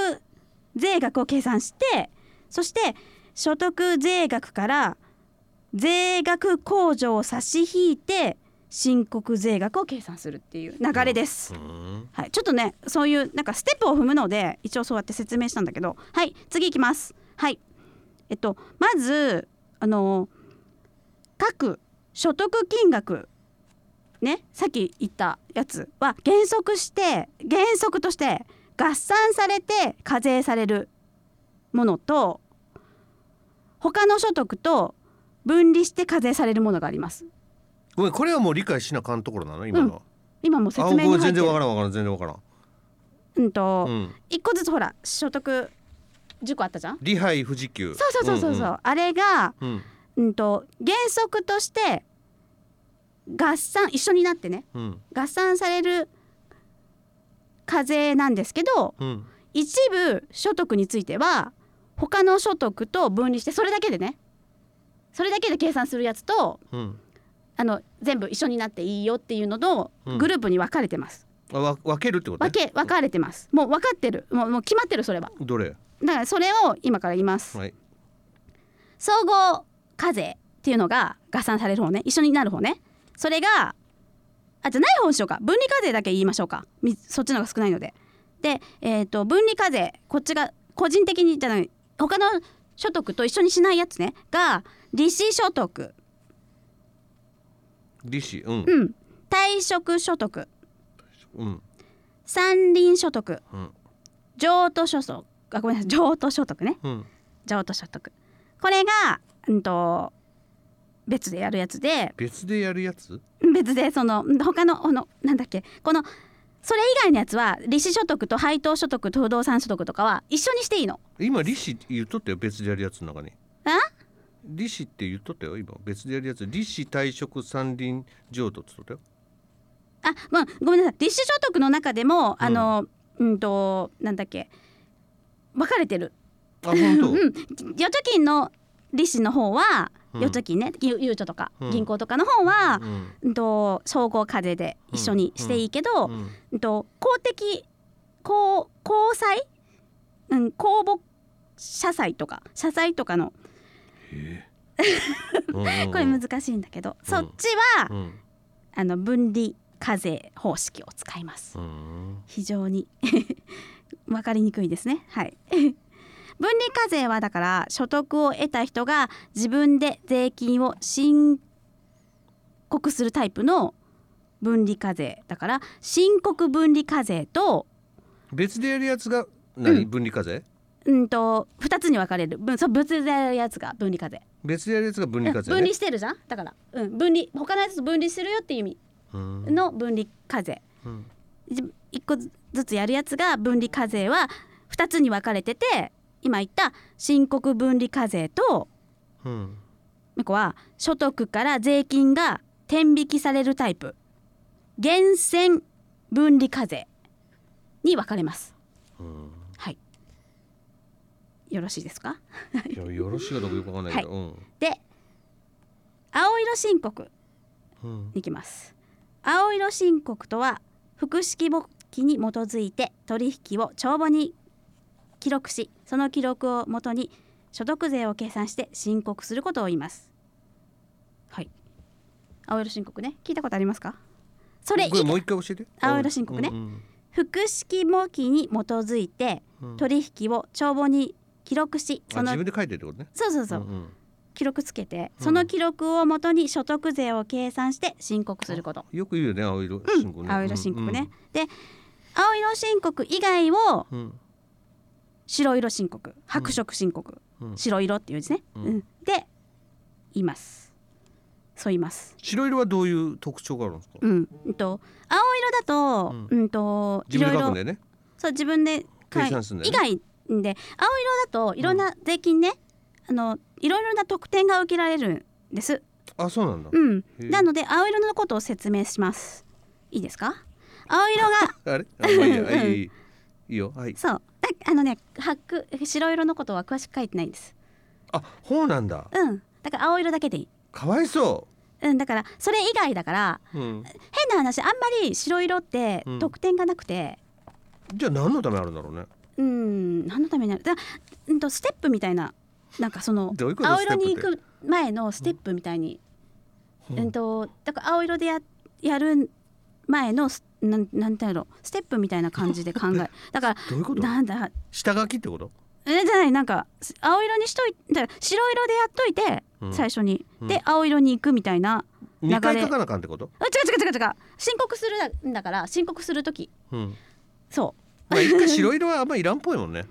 [SPEAKER 1] 税額を計算してそして所得税額から税額控除を差し引いて申告税額を計算するっていう流れです。
[SPEAKER 2] うん
[SPEAKER 1] はい、ちょっとねそういうなんかステップを踏むので一応そうやって説明したんだけどはい次いきますはいえっとまずあの各所得金額ねさっき言ったやつは原則して原則として合算されて課税されるものと他の所得と分離して課税されるものがあります
[SPEAKER 2] ごめんこれはもう理解しなあかんところなの今のは、
[SPEAKER 1] 今もう
[SPEAKER 2] あ
[SPEAKER 1] 説明
[SPEAKER 2] 僕
[SPEAKER 1] に入
[SPEAKER 2] は
[SPEAKER 1] っ
[SPEAKER 2] 全
[SPEAKER 1] て
[SPEAKER 2] 然わか
[SPEAKER 1] る
[SPEAKER 2] らんわからん全然わからん
[SPEAKER 1] うんと、
[SPEAKER 2] うん
[SPEAKER 1] 一個ずつほら所得10個あったじゃん
[SPEAKER 2] 利配不時給
[SPEAKER 1] そうそうそうそうそう、あれが、
[SPEAKER 2] うんうん
[SPEAKER 1] うん、と原則として合算一緒になってね
[SPEAKER 2] うん
[SPEAKER 1] 合算される課税なんですけど
[SPEAKER 2] うん
[SPEAKER 1] 一部所得については他の所得と分離してそれだけでねそれだけで計算するやつと
[SPEAKER 2] うん、うん
[SPEAKER 1] あの全部一緒になっていいよっていうのの
[SPEAKER 2] うん
[SPEAKER 1] グループに分かれてます、
[SPEAKER 2] あわ分けるってこと、ね、
[SPEAKER 1] 分け分かれてますもう分かってるもうもう決まってるそれは
[SPEAKER 2] どれ
[SPEAKER 1] だからそれを今から言います
[SPEAKER 2] はい
[SPEAKER 1] 総合課税っていうのが合算される方ね一緒になる方ねそれがあじゃない方にしようか分離課税だけ言いましょうかみそっちの方が少ないのでで、えー、と分離課税こっちが個人的にじゃない他の所得と一緒にしないやつねが利子所得、
[SPEAKER 2] 利子うん
[SPEAKER 1] うん、退職所得
[SPEAKER 2] うん
[SPEAKER 1] 山林所得
[SPEAKER 2] うん
[SPEAKER 1] 譲渡所得あごめんなさい譲渡所得ね
[SPEAKER 2] うん
[SPEAKER 1] 譲渡所得これが、うん、と別でやるやつで
[SPEAKER 2] 別でやるやつ
[SPEAKER 1] 別でその他のこのなんだっけこのそれ以外のやつは利子所得と配当所得と不動産所得とかは一緒にしていいの
[SPEAKER 2] 今利子言っとったよ別でやるやつの中に
[SPEAKER 1] あ
[SPEAKER 2] 利子って言っとったよ今別でやるやつ利子退職山林譲渡っつっとったよ
[SPEAKER 1] あごめんごめんなさい利子所得の中でもあのうんとなんだっけ分かれてる
[SPEAKER 2] あ本当、
[SPEAKER 1] うん預貯金の利子の方は
[SPEAKER 2] うん
[SPEAKER 1] 預貯金ねゆゆうちょとか
[SPEAKER 2] うん
[SPEAKER 1] 銀行とかの方は
[SPEAKER 2] うん
[SPEAKER 1] うんと総合課税で一緒にしていいけど
[SPEAKER 2] うん
[SPEAKER 1] うんと公的公公債、うん、公募社債とか社債とかの
[SPEAKER 2] えーうん うんうん
[SPEAKER 1] これ難しいんだけど、そっちは、
[SPEAKER 2] うん
[SPEAKER 1] あの分離課税方式を使います
[SPEAKER 2] うん
[SPEAKER 1] 非常に わかりにくいですねはい 分離課税はだから所得を得た人が自分で税金を申告するタイプの分離課税だから申告分離課税と
[SPEAKER 2] 別でやるやつが何、分離課税
[SPEAKER 1] うんと2つに分かれる分そう別でやるやつが分離課税
[SPEAKER 2] 別でやるやつが分
[SPEAKER 1] うん
[SPEAKER 2] 離課
[SPEAKER 1] 分
[SPEAKER 2] 税、ね
[SPEAKER 1] 離してるじゃんだから、うん、分離他のやつと分離するよっていう意味
[SPEAKER 2] うん
[SPEAKER 1] の分離課税
[SPEAKER 2] うん
[SPEAKER 1] じ一個ずつやるやつが分離課税は2つに分かれてて今言った申告分離課税と
[SPEAKER 2] うん
[SPEAKER 1] もう一個は所得から税金が転引きされるタイプ源泉分離課税に分かれます
[SPEAKER 2] うん
[SPEAKER 1] はいよろしいですか
[SPEAKER 2] いやよろしいかどうかよくわかんないけど、
[SPEAKER 1] で青色申告
[SPEAKER 2] うん、うん、
[SPEAKER 1] いきます青色申告とは複式簿記に基づいて取引を帳簿に記録しその記録をもとに所得税を計算して申告することを言いますはい青色申告ね聞いたことありますかそれいい
[SPEAKER 2] これもう一回教えて
[SPEAKER 1] 青色申告ね
[SPEAKER 2] うん
[SPEAKER 1] 複式簿記に基づいて
[SPEAKER 2] うんうん
[SPEAKER 1] 取引を帳簿に記録し
[SPEAKER 2] あ
[SPEAKER 1] その
[SPEAKER 2] 自分で書いてるってことね
[SPEAKER 1] そうそうそう、
[SPEAKER 2] んん
[SPEAKER 1] 記録つけて
[SPEAKER 2] うん
[SPEAKER 1] その記録をもとに所得税を計算して申告すること
[SPEAKER 2] よく言うよね青色申告ね、
[SPEAKER 1] 青色申告ね、で青色申告以外を
[SPEAKER 2] うん、うん
[SPEAKER 1] 白色申告白色申告、
[SPEAKER 2] うんうん
[SPEAKER 1] 白色っていう字ね、
[SPEAKER 2] うん
[SPEAKER 1] うんで言いますそう言います
[SPEAKER 2] 白色はどういう特徴があるんですか、
[SPEAKER 1] うん、うんと青色だと、
[SPEAKER 2] う
[SPEAKER 1] うん、とい
[SPEAKER 2] 自分
[SPEAKER 1] ろい
[SPEAKER 2] で書くん
[SPEAKER 1] ろ
[SPEAKER 2] だよね
[SPEAKER 1] そう自分で書い
[SPEAKER 2] 計算するんだ
[SPEAKER 1] 以
[SPEAKER 2] よね
[SPEAKER 1] 外で青色だといろんな税金ね、あのいろいろな特典が受けられるんです
[SPEAKER 2] あそうなんだ、
[SPEAKER 1] うん
[SPEAKER 2] へえ
[SPEAKER 1] なので青色のことを説明しますいいですか青色が
[SPEAKER 2] あれあまあいいや
[SPEAKER 1] うん
[SPEAKER 2] いいいいいいよはい
[SPEAKER 1] そうだあのね白白色のことは詳しく書いてないんです
[SPEAKER 2] あそうなんだ
[SPEAKER 1] うんだから青色だけでいい
[SPEAKER 2] かわいそ
[SPEAKER 1] うんだからそれ以外だから
[SPEAKER 2] う、うん、
[SPEAKER 1] 変な話あんまり白色って
[SPEAKER 2] うん
[SPEAKER 1] 得点がなくて
[SPEAKER 2] じゃあ何のためあるんだろうね
[SPEAKER 1] うん何のためになるだうんとステップみたいななんかその
[SPEAKER 2] どういうこと
[SPEAKER 1] 青色に行
[SPEAKER 2] ステッ
[SPEAKER 1] く前のステップみたいに
[SPEAKER 2] う
[SPEAKER 1] うんんとだから青色でややる前のスなんなんてやろステップみたいな感じで考えだか
[SPEAKER 2] どういうこ
[SPEAKER 1] ら
[SPEAKER 2] と
[SPEAKER 1] なんだ
[SPEAKER 2] 下書きってこと
[SPEAKER 1] えじゃないなんかす青色にしといて白色でやっといて、
[SPEAKER 2] うん
[SPEAKER 1] 最初に、
[SPEAKER 2] うん
[SPEAKER 1] で青色に行くみたいな流れ
[SPEAKER 2] 2回書かなあかんってこと
[SPEAKER 1] あ違う違う違う違う申告するんだから申告する時
[SPEAKER 2] うん
[SPEAKER 1] そ
[SPEAKER 2] まあ一回白色はあんまいらんっぽいもんね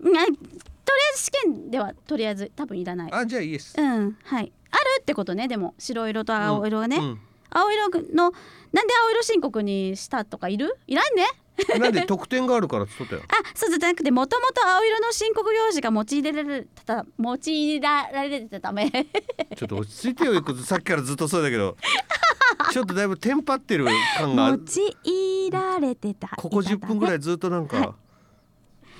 [SPEAKER 1] うなとりあえず試験ではとりあえず多分いらない
[SPEAKER 2] あじゃあいいです
[SPEAKER 1] うんはいあるってことねでも白色と青色がね、
[SPEAKER 2] うん
[SPEAKER 1] 青色のなんで青色申告にしたとかいるいらんね
[SPEAKER 2] なんで得点があるからっつっとったよ
[SPEAKER 1] あそうじゃなくてもともと青色の申告用紙が用いられた用いられてたため
[SPEAKER 2] ちょっと落ち着いてよいくつさっきからずっとそうだけどちょっとだいぶテンパってる感があ
[SPEAKER 1] 用
[SPEAKER 2] る
[SPEAKER 1] いられてた
[SPEAKER 2] ここ10分ぐら
[SPEAKER 1] い
[SPEAKER 2] いずっとなんか、
[SPEAKER 1] は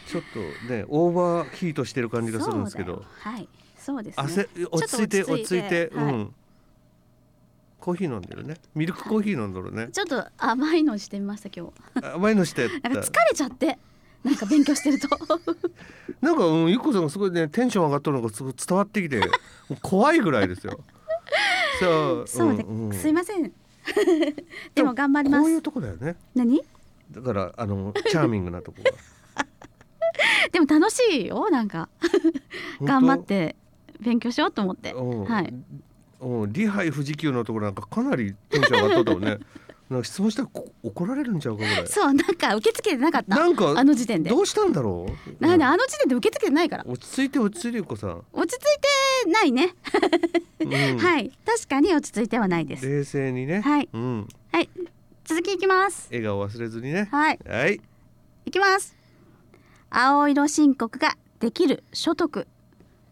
[SPEAKER 2] ちょっとねオーバーヒートしてる感じがするんですけ
[SPEAKER 1] そう
[SPEAKER 2] ど
[SPEAKER 1] だよはいそうですね
[SPEAKER 2] 汗落ち着いて
[SPEAKER 1] ちょっと
[SPEAKER 2] 落
[SPEAKER 1] 落ち
[SPEAKER 2] ち着
[SPEAKER 1] 着
[SPEAKER 2] い
[SPEAKER 1] い
[SPEAKER 2] て
[SPEAKER 1] て
[SPEAKER 2] う
[SPEAKER 1] はい
[SPEAKER 2] んコーヒー飲んでるねミルクコーヒー飲んでるね
[SPEAKER 1] ちょっと甘いのしてみました今日
[SPEAKER 2] あ前のしてった
[SPEAKER 1] なんか疲れちゃってなんか勉強して ると
[SPEAKER 2] なんか、うん、ゆっこさんがすごいねテンション上がっとるのがすごい伝わって きてもう怖いぐらいですよそう
[SPEAKER 1] そうで、
[SPEAKER 2] んん
[SPEAKER 1] すいませんでも頑張りま
[SPEAKER 2] こうい
[SPEAKER 1] す
[SPEAKER 2] うとこだよね
[SPEAKER 1] 何
[SPEAKER 2] だからあのチャーミングなとこが
[SPEAKER 1] でも楽しいよなんか
[SPEAKER 2] 本当
[SPEAKER 1] 頑張って勉強しようと思って
[SPEAKER 2] うん
[SPEAKER 1] はい
[SPEAKER 2] うんリハイ富士急のところなんかかなりテンション上がっとったも んねなんか質問したらこ怒られるんちゃうかぐらい
[SPEAKER 1] そうなんか受け付けてなかった
[SPEAKER 2] なんか
[SPEAKER 1] あの時点で
[SPEAKER 2] どうしたんだろう
[SPEAKER 1] なんで
[SPEAKER 2] うん
[SPEAKER 1] あの時点で受け付けてないから
[SPEAKER 2] 落ち着いて落ち着いてゆっこさん、
[SPEAKER 1] 落ち着いてないね、
[SPEAKER 2] うん、
[SPEAKER 1] はい確かに落ち着いてはないです
[SPEAKER 2] 冷静にね、
[SPEAKER 1] はい
[SPEAKER 2] うん、
[SPEAKER 1] はい続きいきます
[SPEAKER 2] 笑顔忘れずにね
[SPEAKER 1] はい
[SPEAKER 2] はい
[SPEAKER 1] いきます青色申告ができる所得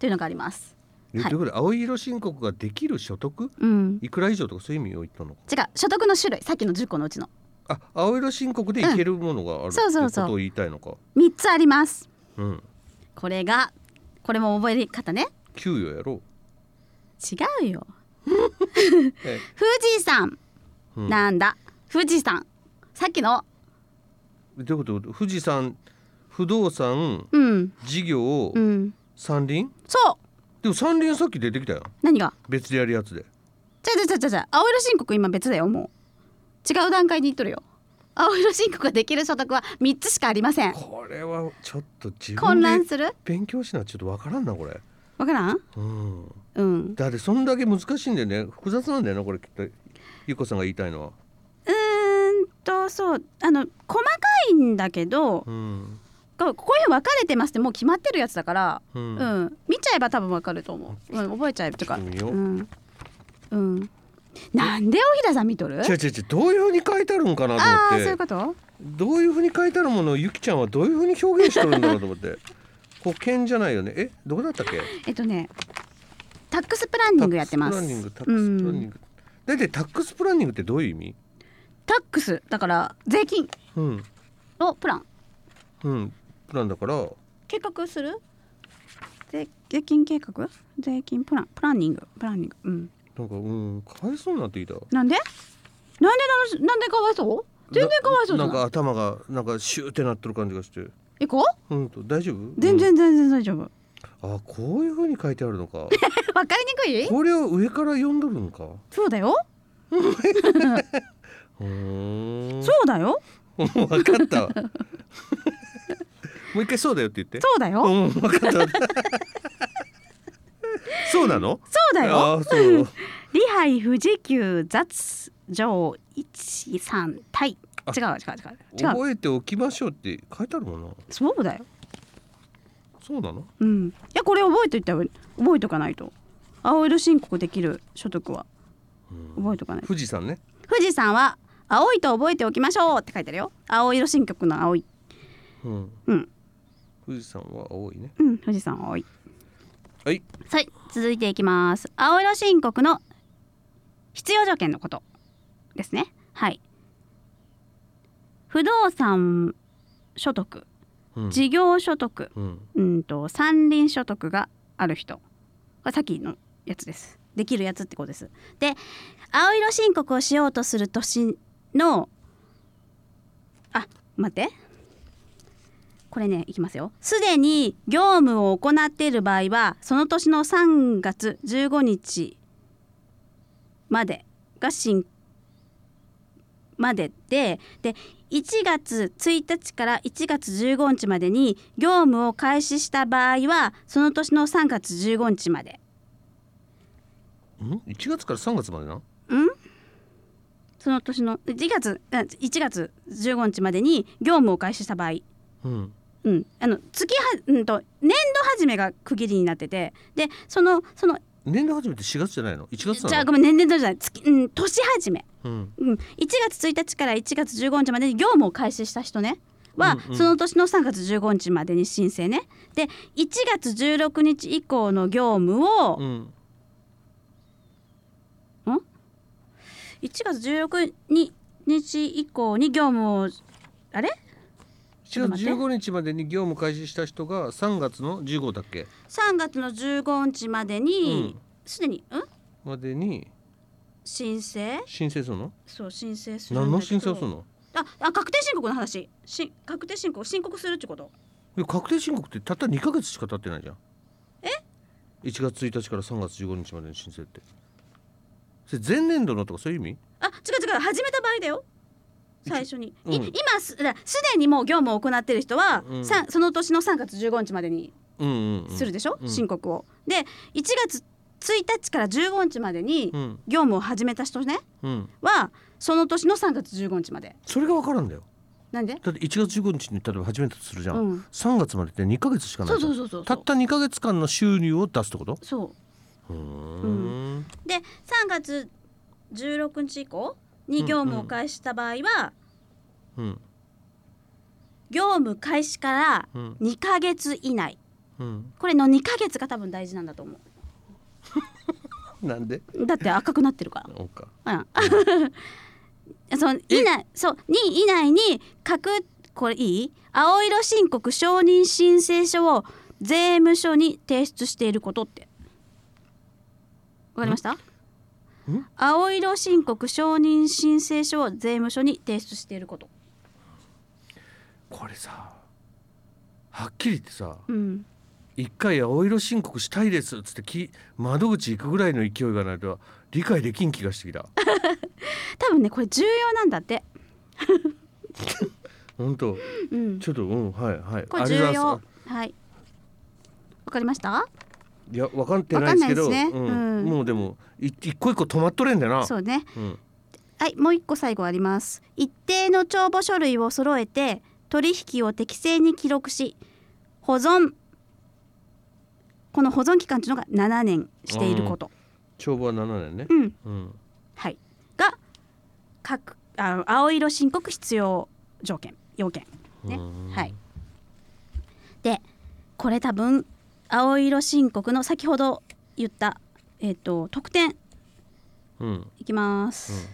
[SPEAKER 1] というのがあります
[SPEAKER 2] え
[SPEAKER 1] はい
[SPEAKER 2] ということで青色申告ができる所得
[SPEAKER 1] うん
[SPEAKER 2] いくら以上とかそういう意味を言ったのか
[SPEAKER 1] 違う所得の種類さっきの10個のうちの
[SPEAKER 2] あ青色申告でいけるものがある、
[SPEAKER 1] んそうそうそう
[SPEAKER 2] ってことを言いたいのか
[SPEAKER 1] 3つあります
[SPEAKER 2] うん
[SPEAKER 1] これがこれも覚え方ね
[SPEAKER 2] 給与 やろ
[SPEAKER 1] 違うよ
[SPEAKER 2] う、え
[SPEAKER 1] 富士山
[SPEAKER 2] うん
[SPEAKER 1] なんだ、富士山さっきの
[SPEAKER 2] どういうこと富士山不動産
[SPEAKER 1] うん
[SPEAKER 2] 事業、
[SPEAKER 1] うん
[SPEAKER 2] 山林
[SPEAKER 1] そう
[SPEAKER 2] でも山林さっき出てきたよ
[SPEAKER 1] 何が
[SPEAKER 2] 別でやるやつで
[SPEAKER 1] じゃじゃじゃじゃじゃ青色申告今別だよもう違う段階にいっとるよ青色申告ができる所得は3つしかありません
[SPEAKER 2] これはちょっと自
[SPEAKER 1] 混
[SPEAKER 2] 分
[SPEAKER 1] 乱
[SPEAKER 2] です
[SPEAKER 1] る
[SPEAKER 2] 勉強しなちょっとわからんなこれ
[SPEAKER 1] わからん
[SPEAKER 2] うん
[SPEAKER 1] うん
[SPEAKER 2] だってそんだけ難しいんだよね複雑なんだよなこれきっとゆっこさんが言いたいのは
[SPEAKER 1] うーんとそうあの細かいんだけど
[SPEAKER 2] うん
[SPEAKER 1] ここういうふうに分かれてますってもう決まってるやつだから、
[SPEAKER 2] う
[SPEAKER 1] うん
[SPEAKER 2] ん、
[SPEAKER 1] 見ちゃえば多分分かると思う、うん、覚えちゃえばとか、
[SPEAKER 2] 見てみ
[SPEAKER 1] う
[SPEAKER 2] ようん
[SPEAKER 1] うん、なんで大平さん見とる
[SPEAKER 2] 違う違う違うどういうふうに書いてあるんかなと
[SPEAKER 1] ああーそうい
[SPEAKER 2] 思っ
[SPEAKER 1] う
[SPEAKER 2] て
[SPEAKER 1] こと
[SPEAKER 2] どういうふうに書いてあるものをゆきちゃんはどういうふうに表現してるんだろうと思って保険じゃないよねえどこだったっけ
[SPEAKER 1] えっとねタックスプランニングやってます
[SPEAKER 2] タックスプランニングタックスプランニ
[SPEAKER 1] うん
[SPEAKER 2] ング大体タックスプランニングってどういう意味
[SPEAKER 1] タックスだから税金
[SPEAKER 2] うん
[SPEAKER 1] をプラン
[SPEAKER 2] うんプランだから
[SPEAKER 1] 計画する税税金計画税金プランプランニングプランニングうん
[SPEAKER 2] なんかうんかわいそうになっていた
[SPEAKER 1] なんでなんでなんでなんでかわいそう全然かわいそうじゃ
[SPEAKER 2] な
[SPEAKER 1] ない
[SPEAKER 2] んか頭がなんかシューってなってる感じがして
[SPEAKER 1] 行こう
[SPEAKER 2] うんと大丈夫
[SPEAKER 1] 全、然全然大丈夫わ
[SPEAKER 2] うんあこういうふうに書いてある の
[SPEAKER 1] か
[SPEAKER 2] か
[SPEAKER 1] りにくい
[SPEAKER 2] これを上から読んどるの か
[SPEAKER 1] そうだよ
[SPEAKER 2] うーん
[SPEAKER 1] そうだよ
[SPEAKER 2] 分かった わもう一回そうだよって言って
[SPEAKER 1] そうだよ
[SPEAKER 2] うん 分かったそうなの
[SPEAKER 1] そうだよ
[SPEAKER 2] あ ーそう
[SPEAKER 1] リハイ富士急雑上一三対
[SPEAKER 2] あ
[SPEAKER 1] 違う違う違う違う
[SPEAKER 2] 覚えておきましょうって書いてあるもんな
[SPEAKER 1] そうだよ
[SPEAKER 2] そうなの
[SPEAKER 1] うんいやこれ覚えといた方がいい覚えとかないと青色申告できる所得は覚えとかないと
[SPEAKER 2] 富士山ね
[SPEAKER 1] 富士山は青いと覚えておきましょうって書いてあるよ青色申告の青い
[SPEAKER 2] うん
[SPEAKER 1] うん
[SPEAKER 2] 富士山は青いね
[SPEAKER 1] うん富士山は青い
[SPEAKER 2] はい
[SPEAKER 1] はい続いていきます青色申告の必要条件のことですねはい不動産所得
[SPEAKER 2] うん
[SPEAKER 1] 事業所得
[SPEAKER 2] うん
[SPEAKER 1] うんと山林所得がある人これさっきのやつですできるやつってことですで青色申告をしようとする年のあ待ってこれねいきますよすでに業務を行っている場合はその年の3月15日までが申まででで1月1日から1月15日までに業務を開始した場合はその年の3月15日まで
[SPEAKER 2] うん1月から3月までな
[SPEAKER 1] その年の1月あ1月15日までに業務を開始した場合、
[SPEAKER 2] うん
[SPEAKER 1] うん、あの月は、うん、と年度始めが区切りになっててでそのその
[SPEAKER 2] 年度初めて4月じゃないの1月
[SPEAKER 1] じゃ
[SPEAKER 2] な
[SPEAKER 1] あ
[SPEAKER 2] の
[SPEAKER 1] ごめん年年度じゃない月、うん、年始め、
[SPEAKER 2] うん
[SPEAKER 1] うん、1月1日から1月15日までに業務を開始した人ねは、
[SPEAKER 2] うんうん
[SPEAKER 1] その年の3月15日までに申請ねで1月16日以降の業務を、
[SPEAKER 2] うん
[SPEAKER 1] 1月16日以降に業務をあれちょっ
[SPEAKER 2] 1
[SPEAKER 1] と
[SPEAKER 2] 月
[SPEAKER 1] 待って
[SPEAKER 2] 15日までに業務開始した人が3月の15だっけ
[SPEAKER 1] ?3 月の15日までにすで、にん
[SPEAKER 2] までに
[SPEAKER 1] 申請
[SPEAKER 2] 申請するの
[SPEAKER 1] そう申請するんだけど
[SPEAKER 2] 何の申請をするの
[SPEAKER 1] ああ確定申告の話し確定申告申告するってこと
[SPEAKER 2] いや確定申告ってたった2ヶ月しか経ってないじゃんえ1月1日から3月15日までに申請ってそれ前年度のとかそういう意味
[SPEAKER 1] あ違う違う始めた場合だよ最初に、
[SPEAKER 2] うん
[SPEAKER 1] い今すだすでにもう業務を行ってる人は、
[SPEAKER 2] うん
[SPEAKER 1] さその年の3月15日までに
[SPEAKER 2] うんうん、うん、
[SPEAKER 1] するでしょ、
[SPEAKER 2] うん
[SPEAKER 1] 申告をで1月1日から15日までに
[SPEAKER 2] うん
[SPEAKER 1] 業務を始めた人ね
[SPEAKER 2] うん
[SPEAKER 1] はその年の3月15日まで
[SPEAKER 2] それが分からんだよ
[SPEAKER 1] なんで
[SPEAKER 2] だって1月15日に例えば始めたとするじゃん、
[SPEAKER 1] うん
[SPEAKER 2] 3月までって2ヶ月しかな
[SPEAKER 1] そう
[SPEAKER 2] いじゃ
[SPEAKER 1] そ
[SPEAKER 2] ん
[SPEAKER 1] うそうそう
[SPEAKER 2] たった2ヶ月間の収入を出すってこと
[SPEAKER 1] そうう
[SPEAKER 2] ー
[SPEAKER 1] んうで3月16日以降に業務を開始した場合は、
[SPEAKER 2] うん
[SPEAKER 1] 業務開始から
[SPEAKER 2] うん
[SPEAKER 1] 2ヶ月以内
[SPEAKER 2] うん
[SPEAKER 1] これの2ヶ月が多分大事なんだと思
[SPEAKER 2] なんで
[SPEAKER 1] うだって赤くなってるか
[SPEAKER 2] そうから
[SPEAKER 1] うん そう以内そうに以内に確これいい青色申告承認申請書を税務署に提出していることってわかりました青色申告承認申請書を税務署に提出していること
[SPEAKER 2] これさはっきり言ってさ
[SPEAKER 1] うん
[SPEAKER 2] 一回青色申告したいですっつってき窓口行くぐらいの勢いがないと理解できん気がしてきた
[SPEAKER 1] 多分ねこれ重要なんだって
[SPEAKER 2] 本当
[SPEAKER 1] うん
[SPEAKER 2] ちょっとうんはいはい
[SPEAKER 1] これ
[SPEAKER 2] あり
[SPEAKER 1] 重
[SPEAKER 2] がとうござい
[SPEAKER 1] 要
[SPEAKER 2] ます
[SPEAKER 1] はいわかりました
[SPEAKER 2] いや分かってないですけど
[SPEAKER 1] わかんないですね
[SPEAKER 2] うん
[SPEAKER 1] うん
[SPEAKER 2] もうでもい一個一個止まっとれんだよな
[SPEAKER 1] そうね
[SPEAKER 2] うん
[SPEAKER 1] はいもう一個最後あります一定の帳簿書類を揃えて取引を適正に記録し保存この保存期間というのが7年していること、
[SPEAKER 2] 帳簿は7年ね、
[SPEAKER 1] うん
[SPEAKER 2] うん、
[SPEAKER 1] はい、が各あの青色申告必要条件要件ね
[SPEAKER 2] うん
[SPEAKER 1] はいでこれ多分青色申告の先ほど言った、えっと特典
[SPEAKER 2] うん
[SPEAKER 1] いきます、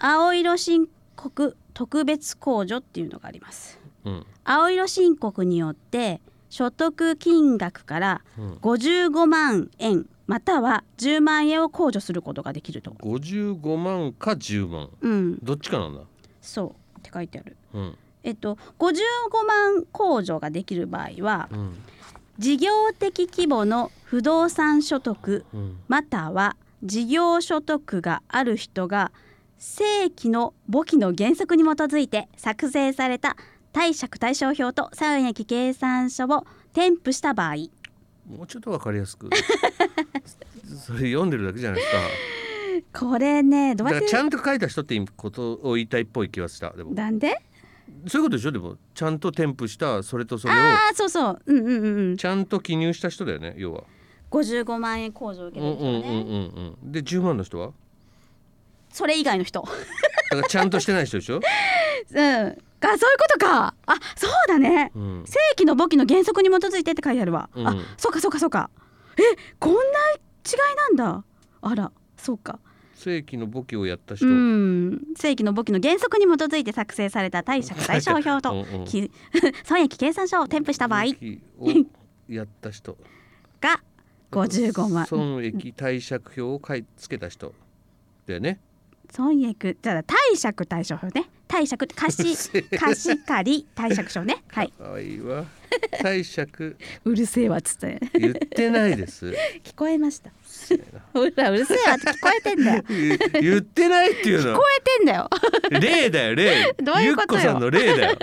[SPEAKER 1] 青色申告特別控除っていうのがあります
[SPEAKER 2] うん
[SPEAKER 1] 青色申告によって所得金額から
[SPEAKER 2] うん
[SPEAKER 1] 55万円または10万円を控除することができると
[SPEAKER 2] 55万か10万
[SPEAKER 1] うん
[SPEAKER 2] どっちかなんだ
[SPEAKER 1] そうって書いてある
[SPEAKER 2] うん
[SPEAKER 1] えっと、55万控除ができる場合は
[SPEAKER 2] うん
[SPEAKER 1] 事業的規模の不動産所得
[SPEAKER 2] うん
[SPEAKER 1] または事業所得がある人が正規の簿記の原則に基づいて作成された貸借対照表と三益計算書を添付した場合
[SPEAKER 2] もうちょっとわかり やすくそれ読んでるだけじゃないですか
[SPEAKER 1] これねどう
[SPEAKER 2] だ
[SPEAKER 1] や
[SPEAKER 2] か
[SPEAKER 1] っ
[SPEAKER 2] らちゃ
[SPEAKER 1] て
[SPEAKER 2] んと書いた人ってことを言いたいっぽい気はしたでも
[SPEAKER 1] なんで
[SPEAKER 2] そういうことでしょでもちゃんと添付したそれとそれを
[SPEAKER 1] ああそうそううんうんうんうん
[SPEAKER 2] ちゃんと記入した人だよね要は
[SPEAKER 1] 55万円控除を受
[SPEAKER 2] う
[SPEAKER 1] け
[SPEAKER 2] ん
[SPEAKER 1] てる人はね、
[SPEAKER 2] うんうんうんうんで10万の人は
[SPEAKER 1] それ以外の人
[SPEAKER 2] だからちゃんとしてない人でしょ、
[SPEAKER 1] うん、あそういうことかあそうだね
[SPEAKER 2] うん、
[SPEAKER 1] 正規の簿記の原則に基づいてって書いてあるわ、
[SPEAKER 2] うん
[SPEAKER 1] あそうかそうかそうかえこんな違いなんだあらそうか
[SPEAKER 2] 正規の簿記をやった人、
[SPEAKER 1] うん正規の簿記の原則に基づいて作成された貸借対照表
[SPEAKER 2] うん
[SPEAKER 1] と
[SPEAKER 2] うん
[SPEAKER 1] き 損益計算書を添付した場合
[SPEAKER 2] 簿記をやっ た人
[SPEAKER 1] が55万
[SPEAKER 2] 損益貸借表を買い付けた人だよね
[SPEAKER 1] 損益じゃあ貸借対照表ね貸借貸し貸し借り貸借書ねはい
[SPEAKER 2] かわいいわ貸借
[SPEAKER 1] うるせえわっつって
[SPEAKER 2] 言ってないです
[SPEAKER 1] 聞こえましたほらうるせえわって聞こえてん だよ
[SPEAKER 2] 言言ってないっていう
[SPEAKER 1] 聞
[SPEAKER 2] の
[SPEAKER 1] こえてんだよ
[SPEAKER 2] 例だよ例
[SPEAKER 1] どういうことよ
[SPEAKER 2] ゆっこさんの例 だよ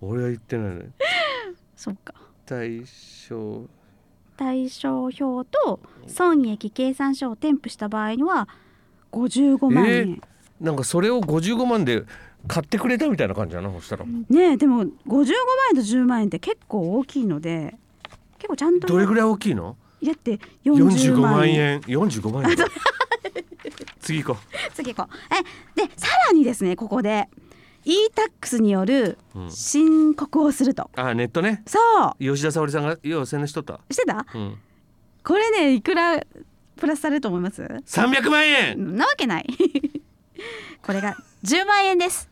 [SPEAKER 2] 俺は言ってないのに
[SPEAKER 1] そうか
[SPEAKER 2] 対象
[SPEAKER 1] 対照表と損益計算書を添付した場合には55万円、
[SPEAKER 2] なんかそれを55万で買ってくれたみたいな感じだなそしたら
[SPEAKER 1] ねえでも55万円と10万円って結構大きいので結構ちゃんと
[SPEAKER 2] どれぐらい大きいの
[SPEAKER 1] いやって40
[SPEAKER 2] 45
[SPEAKER 1] 万
[SPEAKER 2] 万
[SPEAKER 1] 円
[SPEAKER 2] 円45万円だ次行こ
[SPEAKER 1] 次行こうえでさらにですねここで e-tax による
[SPEAKER 2] う、うん、
[SPEAKER 1] 申告をすると、
[SPEAKER 2] あネットね
[SPEAKER 1] そ
[SPEAKER 2] 吉田沙保里さんがよう宣伝しとった、
[SPEAKER 1] うしてた
[SPEAKER 2] うん、
[SPEAKER 1] これねいくらプラスされると思います
[SPEAKER 2] 300万円
[SPEAKER 1] なわけない これが10万円です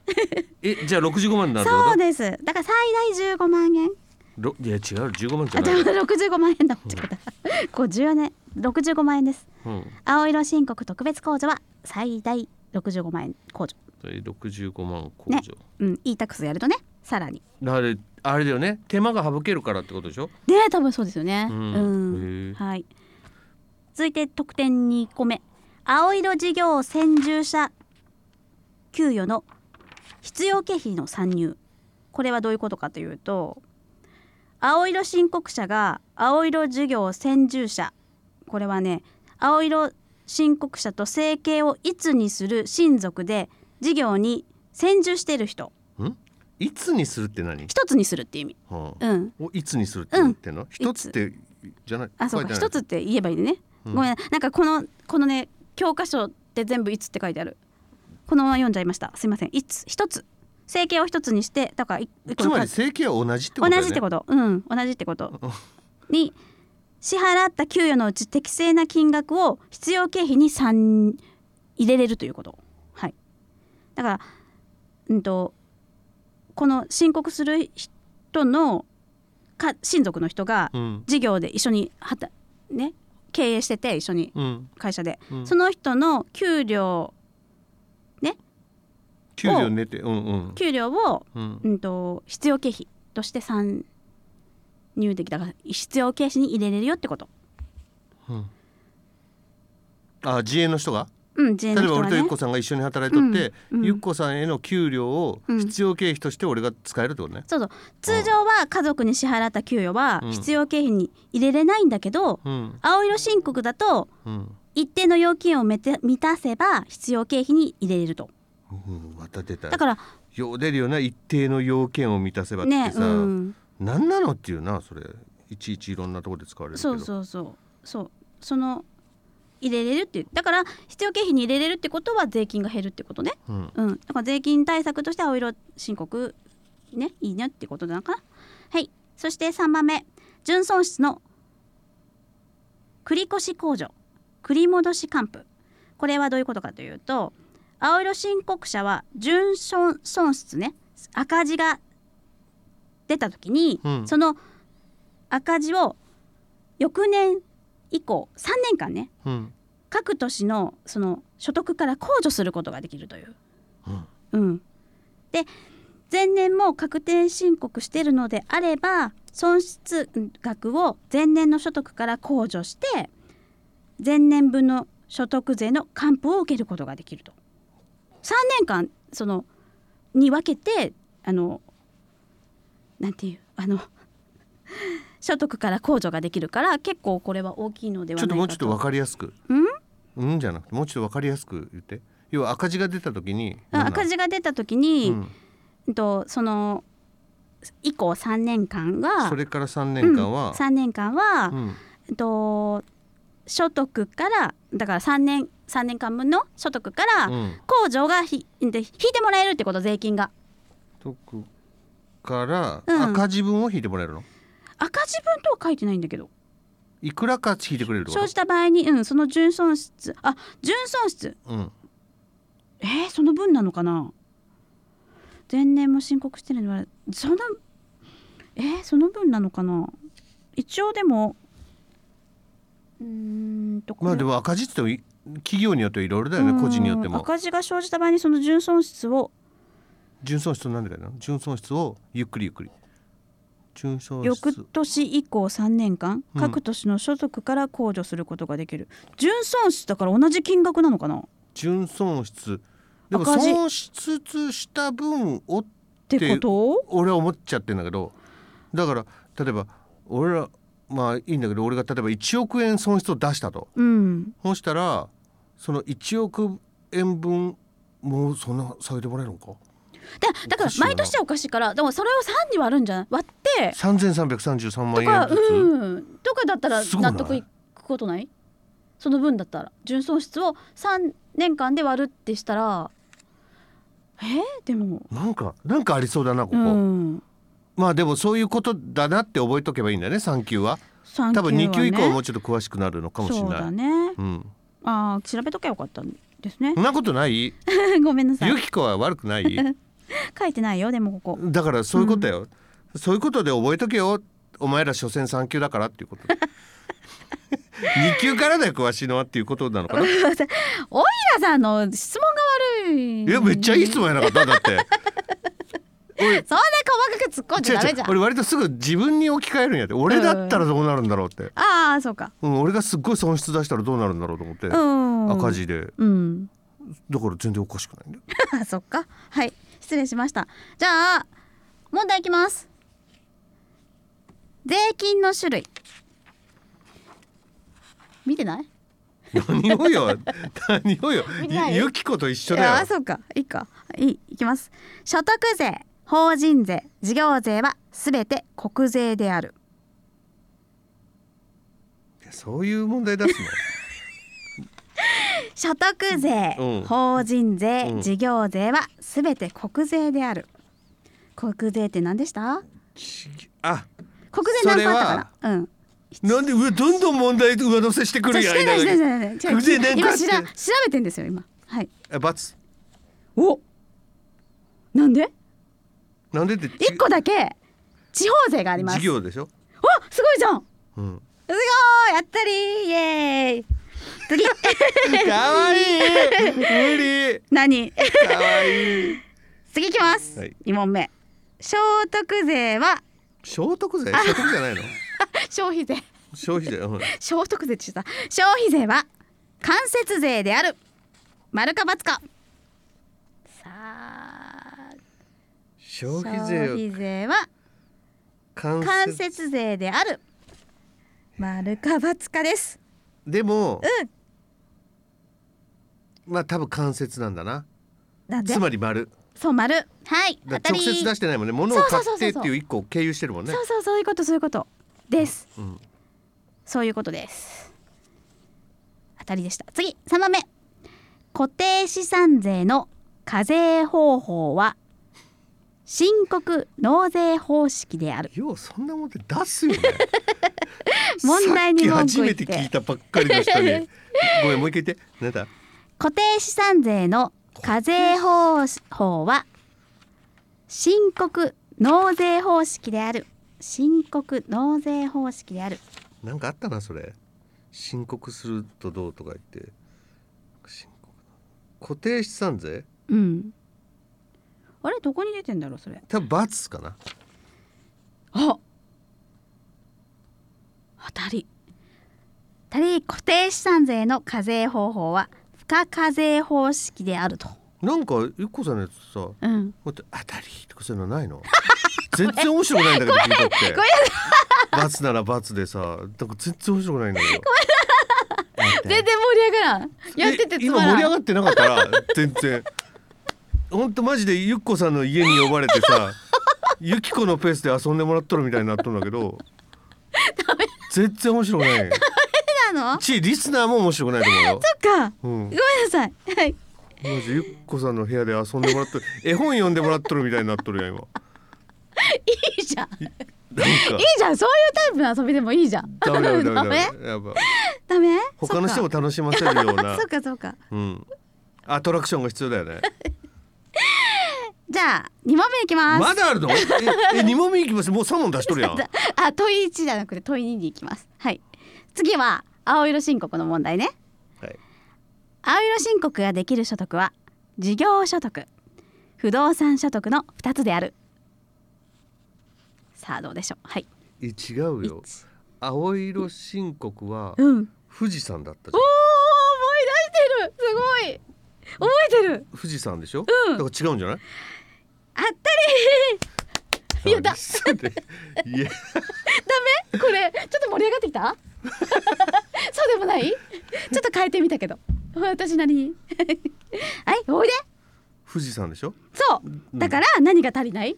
[SPEAKER 2] えじゃあ65万になるって
[SPEAKER 1] そう
[SPEAKER 2] こ
[SPEAKER 1] ですだから最大15万円
[SPEAKER 2] とろいや違う15万じ
[SPEAKER 1] あ
[SPEAKER 2] ゃ
[SPEAKER 1] で
[SPEAKER 2] ない
[SPEAKER 1] も、65万円だ間違えた50年65万円です
[SPEAKER 2] うん、
[SPEAKER 1] 青色申告特別控除は最大65万円控除
[SPEAKER 2] で65万控除、
[SPEAKER 1] ねうん、e タックスやるとねさらに
[SPEAKER 2] あれあれだよね手間が省けるからってことでしょ
[SPEAKER 1] で多分そうですよね
[SPEAKER 2] う
[SPEAKER 1] うんん、
[SPEAKER 2] へえ
[SPEAKER 1] はい続いて特典2個目青色事業専従者給与の必要経費の参入これはどういうことかというと青色申告者が青色事業専従者これはね青色申告者と生計を一にする親族で事業に専従している人
[SPEAKER 2] んいつにするって何、
[SPEAKER 1] 一つにするっていう意味
[SPEAKER 2] はあ
[SPEAKER 1] うん
[SPEAKER 2] おいつにするって言ってんの一、つってじゃない
[SPEAKER 1] あそう
[SPEAKER 2] 書
[SPEAKER 1] か
[SPEAKER 2] いてな
[SPEAKER 1] 一
[SPEAKER 2] い
[SPEAKER 1] つって言えばいいね、
[SPEAKER 2] うん
[SPEAKER 1] ごめんなんかこのこのね教科書って全部「いつ」って書いてあるこのまま読んじゃいましたすいません「いつ」一つ整形を一つにしてだからいこ
[SPEAKER 2] つ
[SPEAKER 1] の
[SPEAKER 2] まり整形は同じってことだよね
[SPEAKER 1] 同じってことうん同じってことに支払った給与のうち適正な金額を必要経費に3入れれるということはいだからうんとこの申告する人のか親族の人が
[SPEAKER 2] うん
[SPEAKER 1] 事業で一緒にはた、ね、経営してて一緒に
[SPEAKER 2] うん
[SPEAKER 1] 会社で、
[SPEAKER 2] うん
[SPEAKER 1] その人の給料
[SPEAKER 2] 給料寝てうんうん
[SPEAKER 1] 給料を、
[SPEAKER 2] うん
[SPEAKER 1] うん、と必要経費として参入できたから必要経費に入れれるよってこと。
[SPEAKER 2] うんあ自営の人が
[SPEAKER 1] うん、自営の
[SPEAKER 2] 例え
[SPEAKER 1] 人
[SPEAKER 2] ば
[SPEAKER 1] は
[SPEAKER 2] 俺と
[SPEAKER 1] ね
[SPEAKER 2] ゆっこさんが一緒に働いとって、
[SPEAKER 1] うんうん
[SPEAKER 2] ゆっこさんへの給料を必要経費として俺が使えるってことね、
[SPEAKER 1] そうそう通常は家族に支払った給与は
[SPEAKER 2] うん
[SPEAKER 1] 必要経費に入れれないんだけど、
[SPEAKER 2] うん
[SPEAKER 1] 青色申告だと
[SPEAKER 2] うん
[SPEAKER 1] 一定の要件をめて満たせば必要経費に入れれると
[SPEAKER 2] うん、また出た
[SPEAKER 1] だから
[SPEAKER 2] よう出るよな一定の要件を満たせばって
[SPEAKER 1] ね
[SPEAKER 2] さ、
[SPEAKER 1] うん
[SPEAKER 2] 何なのっていうなそれいちいちいろんなところで使われるけ
[SPEAKER 1] そ
[SPEAKER 2] ど
[SPEAKER 1] うそうそうそうその入れれるっていうだから必要経費に入れれるってことは税金が減るってことね
[SPEAKER 2] うん、
[SPEAKER 1] うん、だから税金対策として青色申告ねいいねってことなのかなはいそして3番目純損失の繰越控除繰戻し還付これはどういうことかというと青色申告者は純損損失ね赤字が出た時に、
[SPEAKER 2] うん
[SPEAKER 1] その赤字を翌年以降3年間ね
[SPEAKER 2] うん
[SPEAKER 1] 各年のその所得から控除することができるという
[SPEAKER 2] うん
[SPEAKER 1] うん、で前年も確定申告してるのであれば損失額を前年の所得から控除して前年分の所得税の還付を受けることができると3年間そのに分けてあのなんていうあの 所得から控除ができるから結構これは大きいのではな
[SPEAKER 2] ちょ
[SPEAKER 1] いか
[SPEAKER 2] っと
[SPEAKER 1] と
[SPEAKER 2] もうちょっとわかりやすく
[SPEAKER 1] うん
[SPEAKER 2] うんじゃなくてもうちょっとわかりやすく言って要は赤字が出た時に
[SPEAKER 1] あ赤字が出た時に、
[SPEAKER 2] うん
[SPEAKER 1] えっとその以降3年間が
[SPEAKER 2] それから3年間
[SPEAKER 1] うん、
[SPEAKER 2] は、
[SPEAKER 1] 3年間は、
[SPEAKER 2] うん
[SPEAKER 1] えっと所得からだから3年三年間分の所得から、
[SPEAKER 2] うん、
[SPEAKER 1] 控除がひで引いてもらえるってこと税金が
[SPEAKER 2] とくから
[SPEAKER 1] うん
[SPEAKER 2] 赤字分を引いてもらえるの、
[SPEAKER 1] 赤字分とは書いてないんだけど
[SPEAKER 2] いくらか引いてくれるってこ
[SPEAKER 1] 生じた場合に、うん、その純損失あ純損失
[SPEAKER 2] と、うん、
[SPEAKER 1] えー、その分なのかな前年も申告してるのはそのえー、その分なのかな一応でもうーんとこれ
[SPEAKER 2] まあでも赤字って言ってもい企業によってはいろいろだよね個人によって
[SPEAKER 1] うん
[SPEAKER 2] も
[SPEAKER 1] 赤字が生じた場合にその純損失を
[SPEAKER 2] 純損失なんでかな純損失をゆっくりゆっくり純損
[SPEAKER 1] 翌
[SPEAKER 2] 失
[SPEAKER 1] 年以降3年間
[SPEAKER 2] うん
[SPEAKER 1] 各年の所得から控除することができる、純損失だから同じ金額なのかなっ
[SPEAKER 2] 純損失でも
[SPEAKER 1] 赤字
[SPEAKER 2] 損失した分を
[SPEAKER 1] てこと
[SPEAKER 2] 俺は思っちゃってんだけどだから例えば俺らまあいいんだけど俺が例えば1億円損失を出したと
[SPEAKER 1] うん
[SPEAKER 2] そうしたらその1億円分もうそんな下げてもらえるのか
[SPEAKER 1] だだか
[SPEAKER 2] おからしいな
[SPEAKER 1] 毎年はおかしいからでもそれを3に割るんじゃない割って
[SPEAKER 2] 3333
[SPEAKER 1] と
[SPEAKER 2] 万
[SPEAKER 1] か
[SPEAKER 2] 円ずつ、
[SPEAKER 1] うんとかだったら
[SPEAKER 2] すごない
[SPEAKER 1] 納得いくことないその分だったら純損失を3年間で割るってしたらえー、でも
[SPEAKER 2] なんかなんかありそうだなここ、
[SPEAKER 1] うん
[SPEAKER 2] まあでもそういうことだなって覚えとけばいいんだよね3級は
[SPEAKER 1] 3
[SPEAKER 2] 多分2級以降はも
[SPEAKER 1] も
[SPEAKER 2] うちょっと詳しくなるのかもしれ
[SPEAKER 1] そう
[SPEAKER 2] ない
[SPEAKER 1] だね
[SPEAKER 2] うん
[SPEAKER 1] あー調べときゃよかったんですね
[SPEAKER 2] そんなことない
[SPEAKER 1] ごめんなさい
[SPEAKER 2] ゆきこは悪くない
[SPEAKER 1] 書いてないよでもここ
[SPEAKER 2] だからそういうことだよ、そういうことで覚えとけよお前ら所詮3級だからっていう こと2級からだよ詳しいのはっていうことなのかな、
[SPEAKER 1] オイラさんの質問が悪い
[SPEAKER 2] いやめっちゃいい質問やなかっただって
[SPEAKER 1] そんな細かく突っ込んじゃダメじゃん
[SPEAKER 2] 俺割とすぐ自分に置き換えるんやって俺だったらどうなるんだろうって、
[SPEAKER 1] ああそうか
[SPEAKER 2] うん、俺がすっごい損失出したらどうなるんだろうと思って、
[SPEAKER 1] うん
[SPEAKER 2] 赤字で
[SPEAKER 1] うん
[SPEAKER 2] だから全然おかしくないんだ よ
[SPEAKER 1] そっかはい失礼しましたじゃあ問題いきます税金の種類見てない
[SPEAKER 2] 何 をよ何をよ
[SPEAKER 1] 見ない
[SPEAKER 2] ゆゆきこと一緒だよ
[SPEAKER 1] ああそうかいいかいいいきます所得税法人税事業税はすべて国税である
[SPEAKER 2] いやそういう問題出す
[SPEAKER 1] 所得税、
[SPEAKER 2] うん
[SPEAKER 1] 法人税、
[SPEAKER 2] うん
[SPEAKER 1] 事業税はすべて国税である国税って何でした
[SPEAKER 2] のあ
[SPEAKER 1] 国税何個あったかなうん
[SPEAKER 2] なんでうわどんどん問題上乗せしてく
[SPEAKER 1] そ
[SPEAKER 2] る
[SPEAKER 1] う
[SPEAKER 2] や
[SPEAKER 1] し
[SPEAKER 2] ん
[SPEAKER 1] てないしてないしてない
[SPEAKER 2] 国税
[SPEAKER 1] してない
[SPEAKER 2] 何
[SPEAKER 1] 違う
[SPEAKER 2] 個あ
[SPEAKER 1] 今
[SPEAKER 2] って
[SPEAKER 1] しら調べてんですよ今はい
[SPEAKER 2] えバツ
[SPEAKER 1] おなんで
[SPEAKER 2] なんでって
[SPEAKER 1] 一個だけ地方税があります
[SPEAKER 2] 事業でしょ
[SPEAKER 1] わすごいじゃん
[SPEAKER 2] うん
[SPEAKER 1] すごいやったりイエーイ次
[SPEAKER 2] 可愛い無理
[SPEAKER 1] 何
[SPEAKER 2] 可愛い
[SPEAKER 1] 次いきます、
[SPEAKER 2] はい
[SPEAKER 1] 二問目所得税は
[SPEAKER 2] 聖徳税聖徳じゃないの
[SPEAKER 1] 消費税
[SPEAKER 2] 消費税うん
[SPEAKER 1] 消得税って言っちゃった消費税は間接税である丸か×かさあ
[SPEAKER 2] 消費
[SPEAKER 1] 消
[SPEAKER 2] 税
[SPEAKER 1] 費税は
[SPEAKER 2] 関
[SPEAKER 1] 間
[SPEAKER 2] 節
[SPEAKER 1] 接税である丸か×かです
[SPEAKER 2] でも
[SPEAKER 1] うん
[SPEAKER 2] まあ多分間接なんだな
[SPEAKER 1] なんで
[SPEAKER 2] つまり丸
[SPEAKER 1] そう丸はい当
[SPEAKER 2] だか
[SPEAKER 1] た
[SPEAKER 2] ら
[SPEAKER 1] り
[SPEAKER 2] 直接出してないもんね物を買
[SPEAKER 1] そうそうそ
[SPEAKER 2] っ
[SPEAKER 1] う
[SPEAKER 2] てっ
[SPEAKER 1] そう
[SPEAKER 2] ていう一個を経由してるもんね
[SPEAKER 1] そうそうそういうことそういうことです、
[SPEAKER 2] うん
[SPEAKER 1] そういうことです当たりでした次3番目固定資産税の課税方法は申告納税方式である
[SPEAKER 2] ようそんなもんで出すよね
[SPEAKER 1] 問題に
[SPEAKER 2] さっ
[SPEAKER 1] 文句
[SPEAKER 2] き初
[SPEAKER 1] 言
[SPEAKER 2] め
[SPEAKER 1] ってて
[SPEAKER 2] 聞いたばっかりの人にごめんもう一回言ってなんだ
[SPEAKER 1] 固定資産税の課税方法は申告納税方式である申告納税方式である
[SPEAKER 2] なんかあったなそれ申告するとどうとか言って申告固定資産税
[SPEAKER 1] うんあれどこに出てんだろうそれ
[SPEAKER 2] 多分バツかな
[SPEAKER 1] あ当たり当たり固定資産税の課税方法は付加課税方式であると
[SPEAKER 2] なんかゆっこさんのやつさこ
[SPEAKER 1] うん
[SPEAKER 2] うやって当たりとかそういうのないの全然面白くないんだけど聞いとってバツならバツでさなんか全然面白くないんだけどご
[SPEAKER 1] 全然盛り上がらん やっててつま
[SPEAKER 2] 今盛り上
[SPEAKER 1] らん
[SPEAKER 2] がってなかったら全然 ほんとマジでゆっこさんの家に呼ばれ てさゆきこのペースで遊んでもらっとるみたいになっとるんだけど全然面白 くない
[SPEAKER 1] なの
[SPEAKER 2] ちリスナーも面白くない と思うよ
[SPEAKER 1] そっか
[SPEAKER 2] うん
[SPEAKER 1] ごめんなさいはい
[SPEAKER 2] マジゆっこさんの部屋で遊んでもらっとる絵本読んでもらっとるみたいになっとるやん今
[SPEAKER 1] いいじゃん
[SPEAKER 2] なん
[SPEAKER 1] いいじゃんそういうタイプの遊びでもいいじゃん
[SPEAKER 2] かダメダメダメ
[SPEAKER 1] ダ
[SPEAKER 2] ダ
[SPEAKER 1] メ
[SPEAKER 2] メやっぱ
[SPEAKER 1] ダメ
[SPEAKER 2] 他の人も
[SPEAKER 1] そ
[SPEAKER 2] 楽しませるよう
[SPEAKER 1] っか
[SPEAKER 2] な
[SPEAKER 1] あそっかそっか
[SPEAKER 2] うんアトラクションが必要だよね
[SPEAKER 1] じゃあ2問目いきます
[SPEAKER 2] まだあるのええ2問目いきますもう3問出しと るやん
[SPEAKER 1] あ問い1じゃなくて問い2に行きますはい次は青色申告の問題ね
[SPEAKER 2] はい
[SPEAKER 1] 青色申告ができる所得は事業所得不動産所得の2つであるさあどうでしょうはい
[SPEAKER 2] え違うよ
[SPEAKER 1] 一
[SPEAKER 2] 青色申告は
[SPEAKER 1] うんおー思い
[SPEAKER 2] 富士山だったじゃ
[SPEAKER 1] 出してるすごい覚えてる
[SPEAKER 2] ん富士山でしょ、
[SPEAKER 1] うん
[SPEAKER 2] だから違うんじゃない
[SPEAKER 1] あったりやだ
[SPEAKER 2] あリスナーでいや
[SPEAKER 1] これちょっと盛り上がってきた そうでもないちょっと変えてみたけど私なりにはいおいで
[SPEAKER 2] 富士山でしょ
[SPEAKER 1] そう
[SPEAKER 2] うん
[SPEAKER 1] だから何が足りない、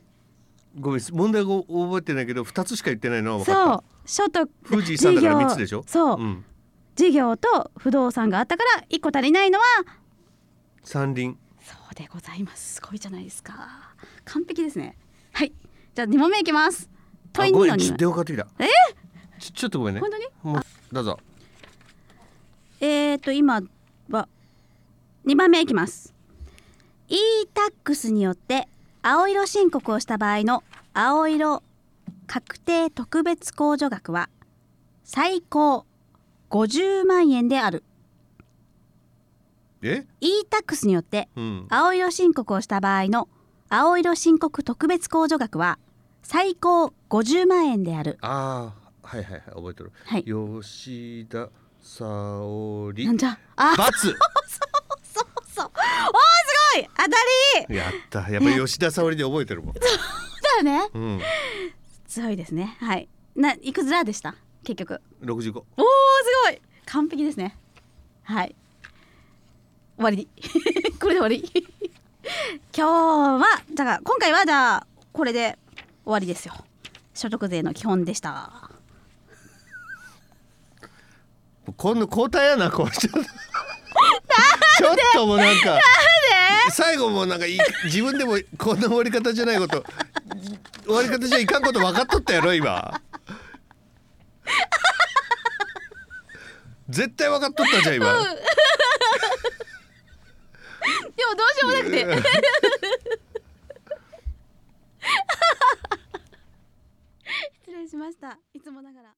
[SPEAKER 2] ごめん問題を覚えてないけど二つしか言ってないのは分か
[SPEAKER 1] そう所
[SPEAKER 2] っ
[SPEAKER 1] 得
[SPEAKER 2] た富士山だから
[SPEAKER 1] 事業
[SPEAKER 2] 三つでしょ
[SPEAKER 1] そう、
[SPEAKER 2] ん、
[SPEAKER 1] 事業と不動産があったから一個足りないのは
[SPEAKER 2] 山林
[SPEAKER 1] そうでございますすごいじゃないですか完璧ですねはいじゃあ二問目いきます問い
[SPEAKER 2] あご
[SPEAKER 1] 2
[SPEAKER 2] め
[SPEAKER 1] の
[SPEAKER 2] んちょっと
[SPEAKER 1] 2
[SPEAKER 2] 電話かかってきたえちょちょっとごめんね
[SPEAKER 1] 本当に
[SPEAKER 2] もうどうぞ
[SPEAKER 1] えーと今は2番目いきます e-tax によって青色申告をした場合の青色確定特別控除額は最高50万円である
[SPEAKER 2] え
[SPEAKER 1] e-tax によって
[SPEAKER 2] うん
[SPEAKER 1] 青色申告をした場合の青色申告特別控除額は最高50万円である
[SPEAKER 2] あーはいはいはい覚えてる
[SPEAKER 1] はい
[SPEAKER 2] 吉田沙織
[SPEAKER 1] なんじゃあ
[SPEAKER 2] バツ
[SPEAKER 1] そうそうおーすごい当たり
[SPEAKER 2] やったやっぱり吉田沙織で覚えてるもん
[SPEAKER 1] だよね
[SPEAKER 2] うん
[SPEAKER 1] 強いですねはいないくずらでした結局
[SPEAKER 2] 六十五
[SPEAKER 1] おおすごい完璧ですねはい終わり これで終わり今日はだから今回はじゃあこれで終わりですよ所得税の基本でした
[SPEAKER 2] こんな交代やなこうちょっとちょっともうなんか最後もなんかいい自分でもこんな終わり方じゃないこと終わり方じゃいかんこと分かっとったやろ今絶対分かっとったじゃん今、
[SPEAKER 1] でもどうしようもなくて 失礼しましたいつもながら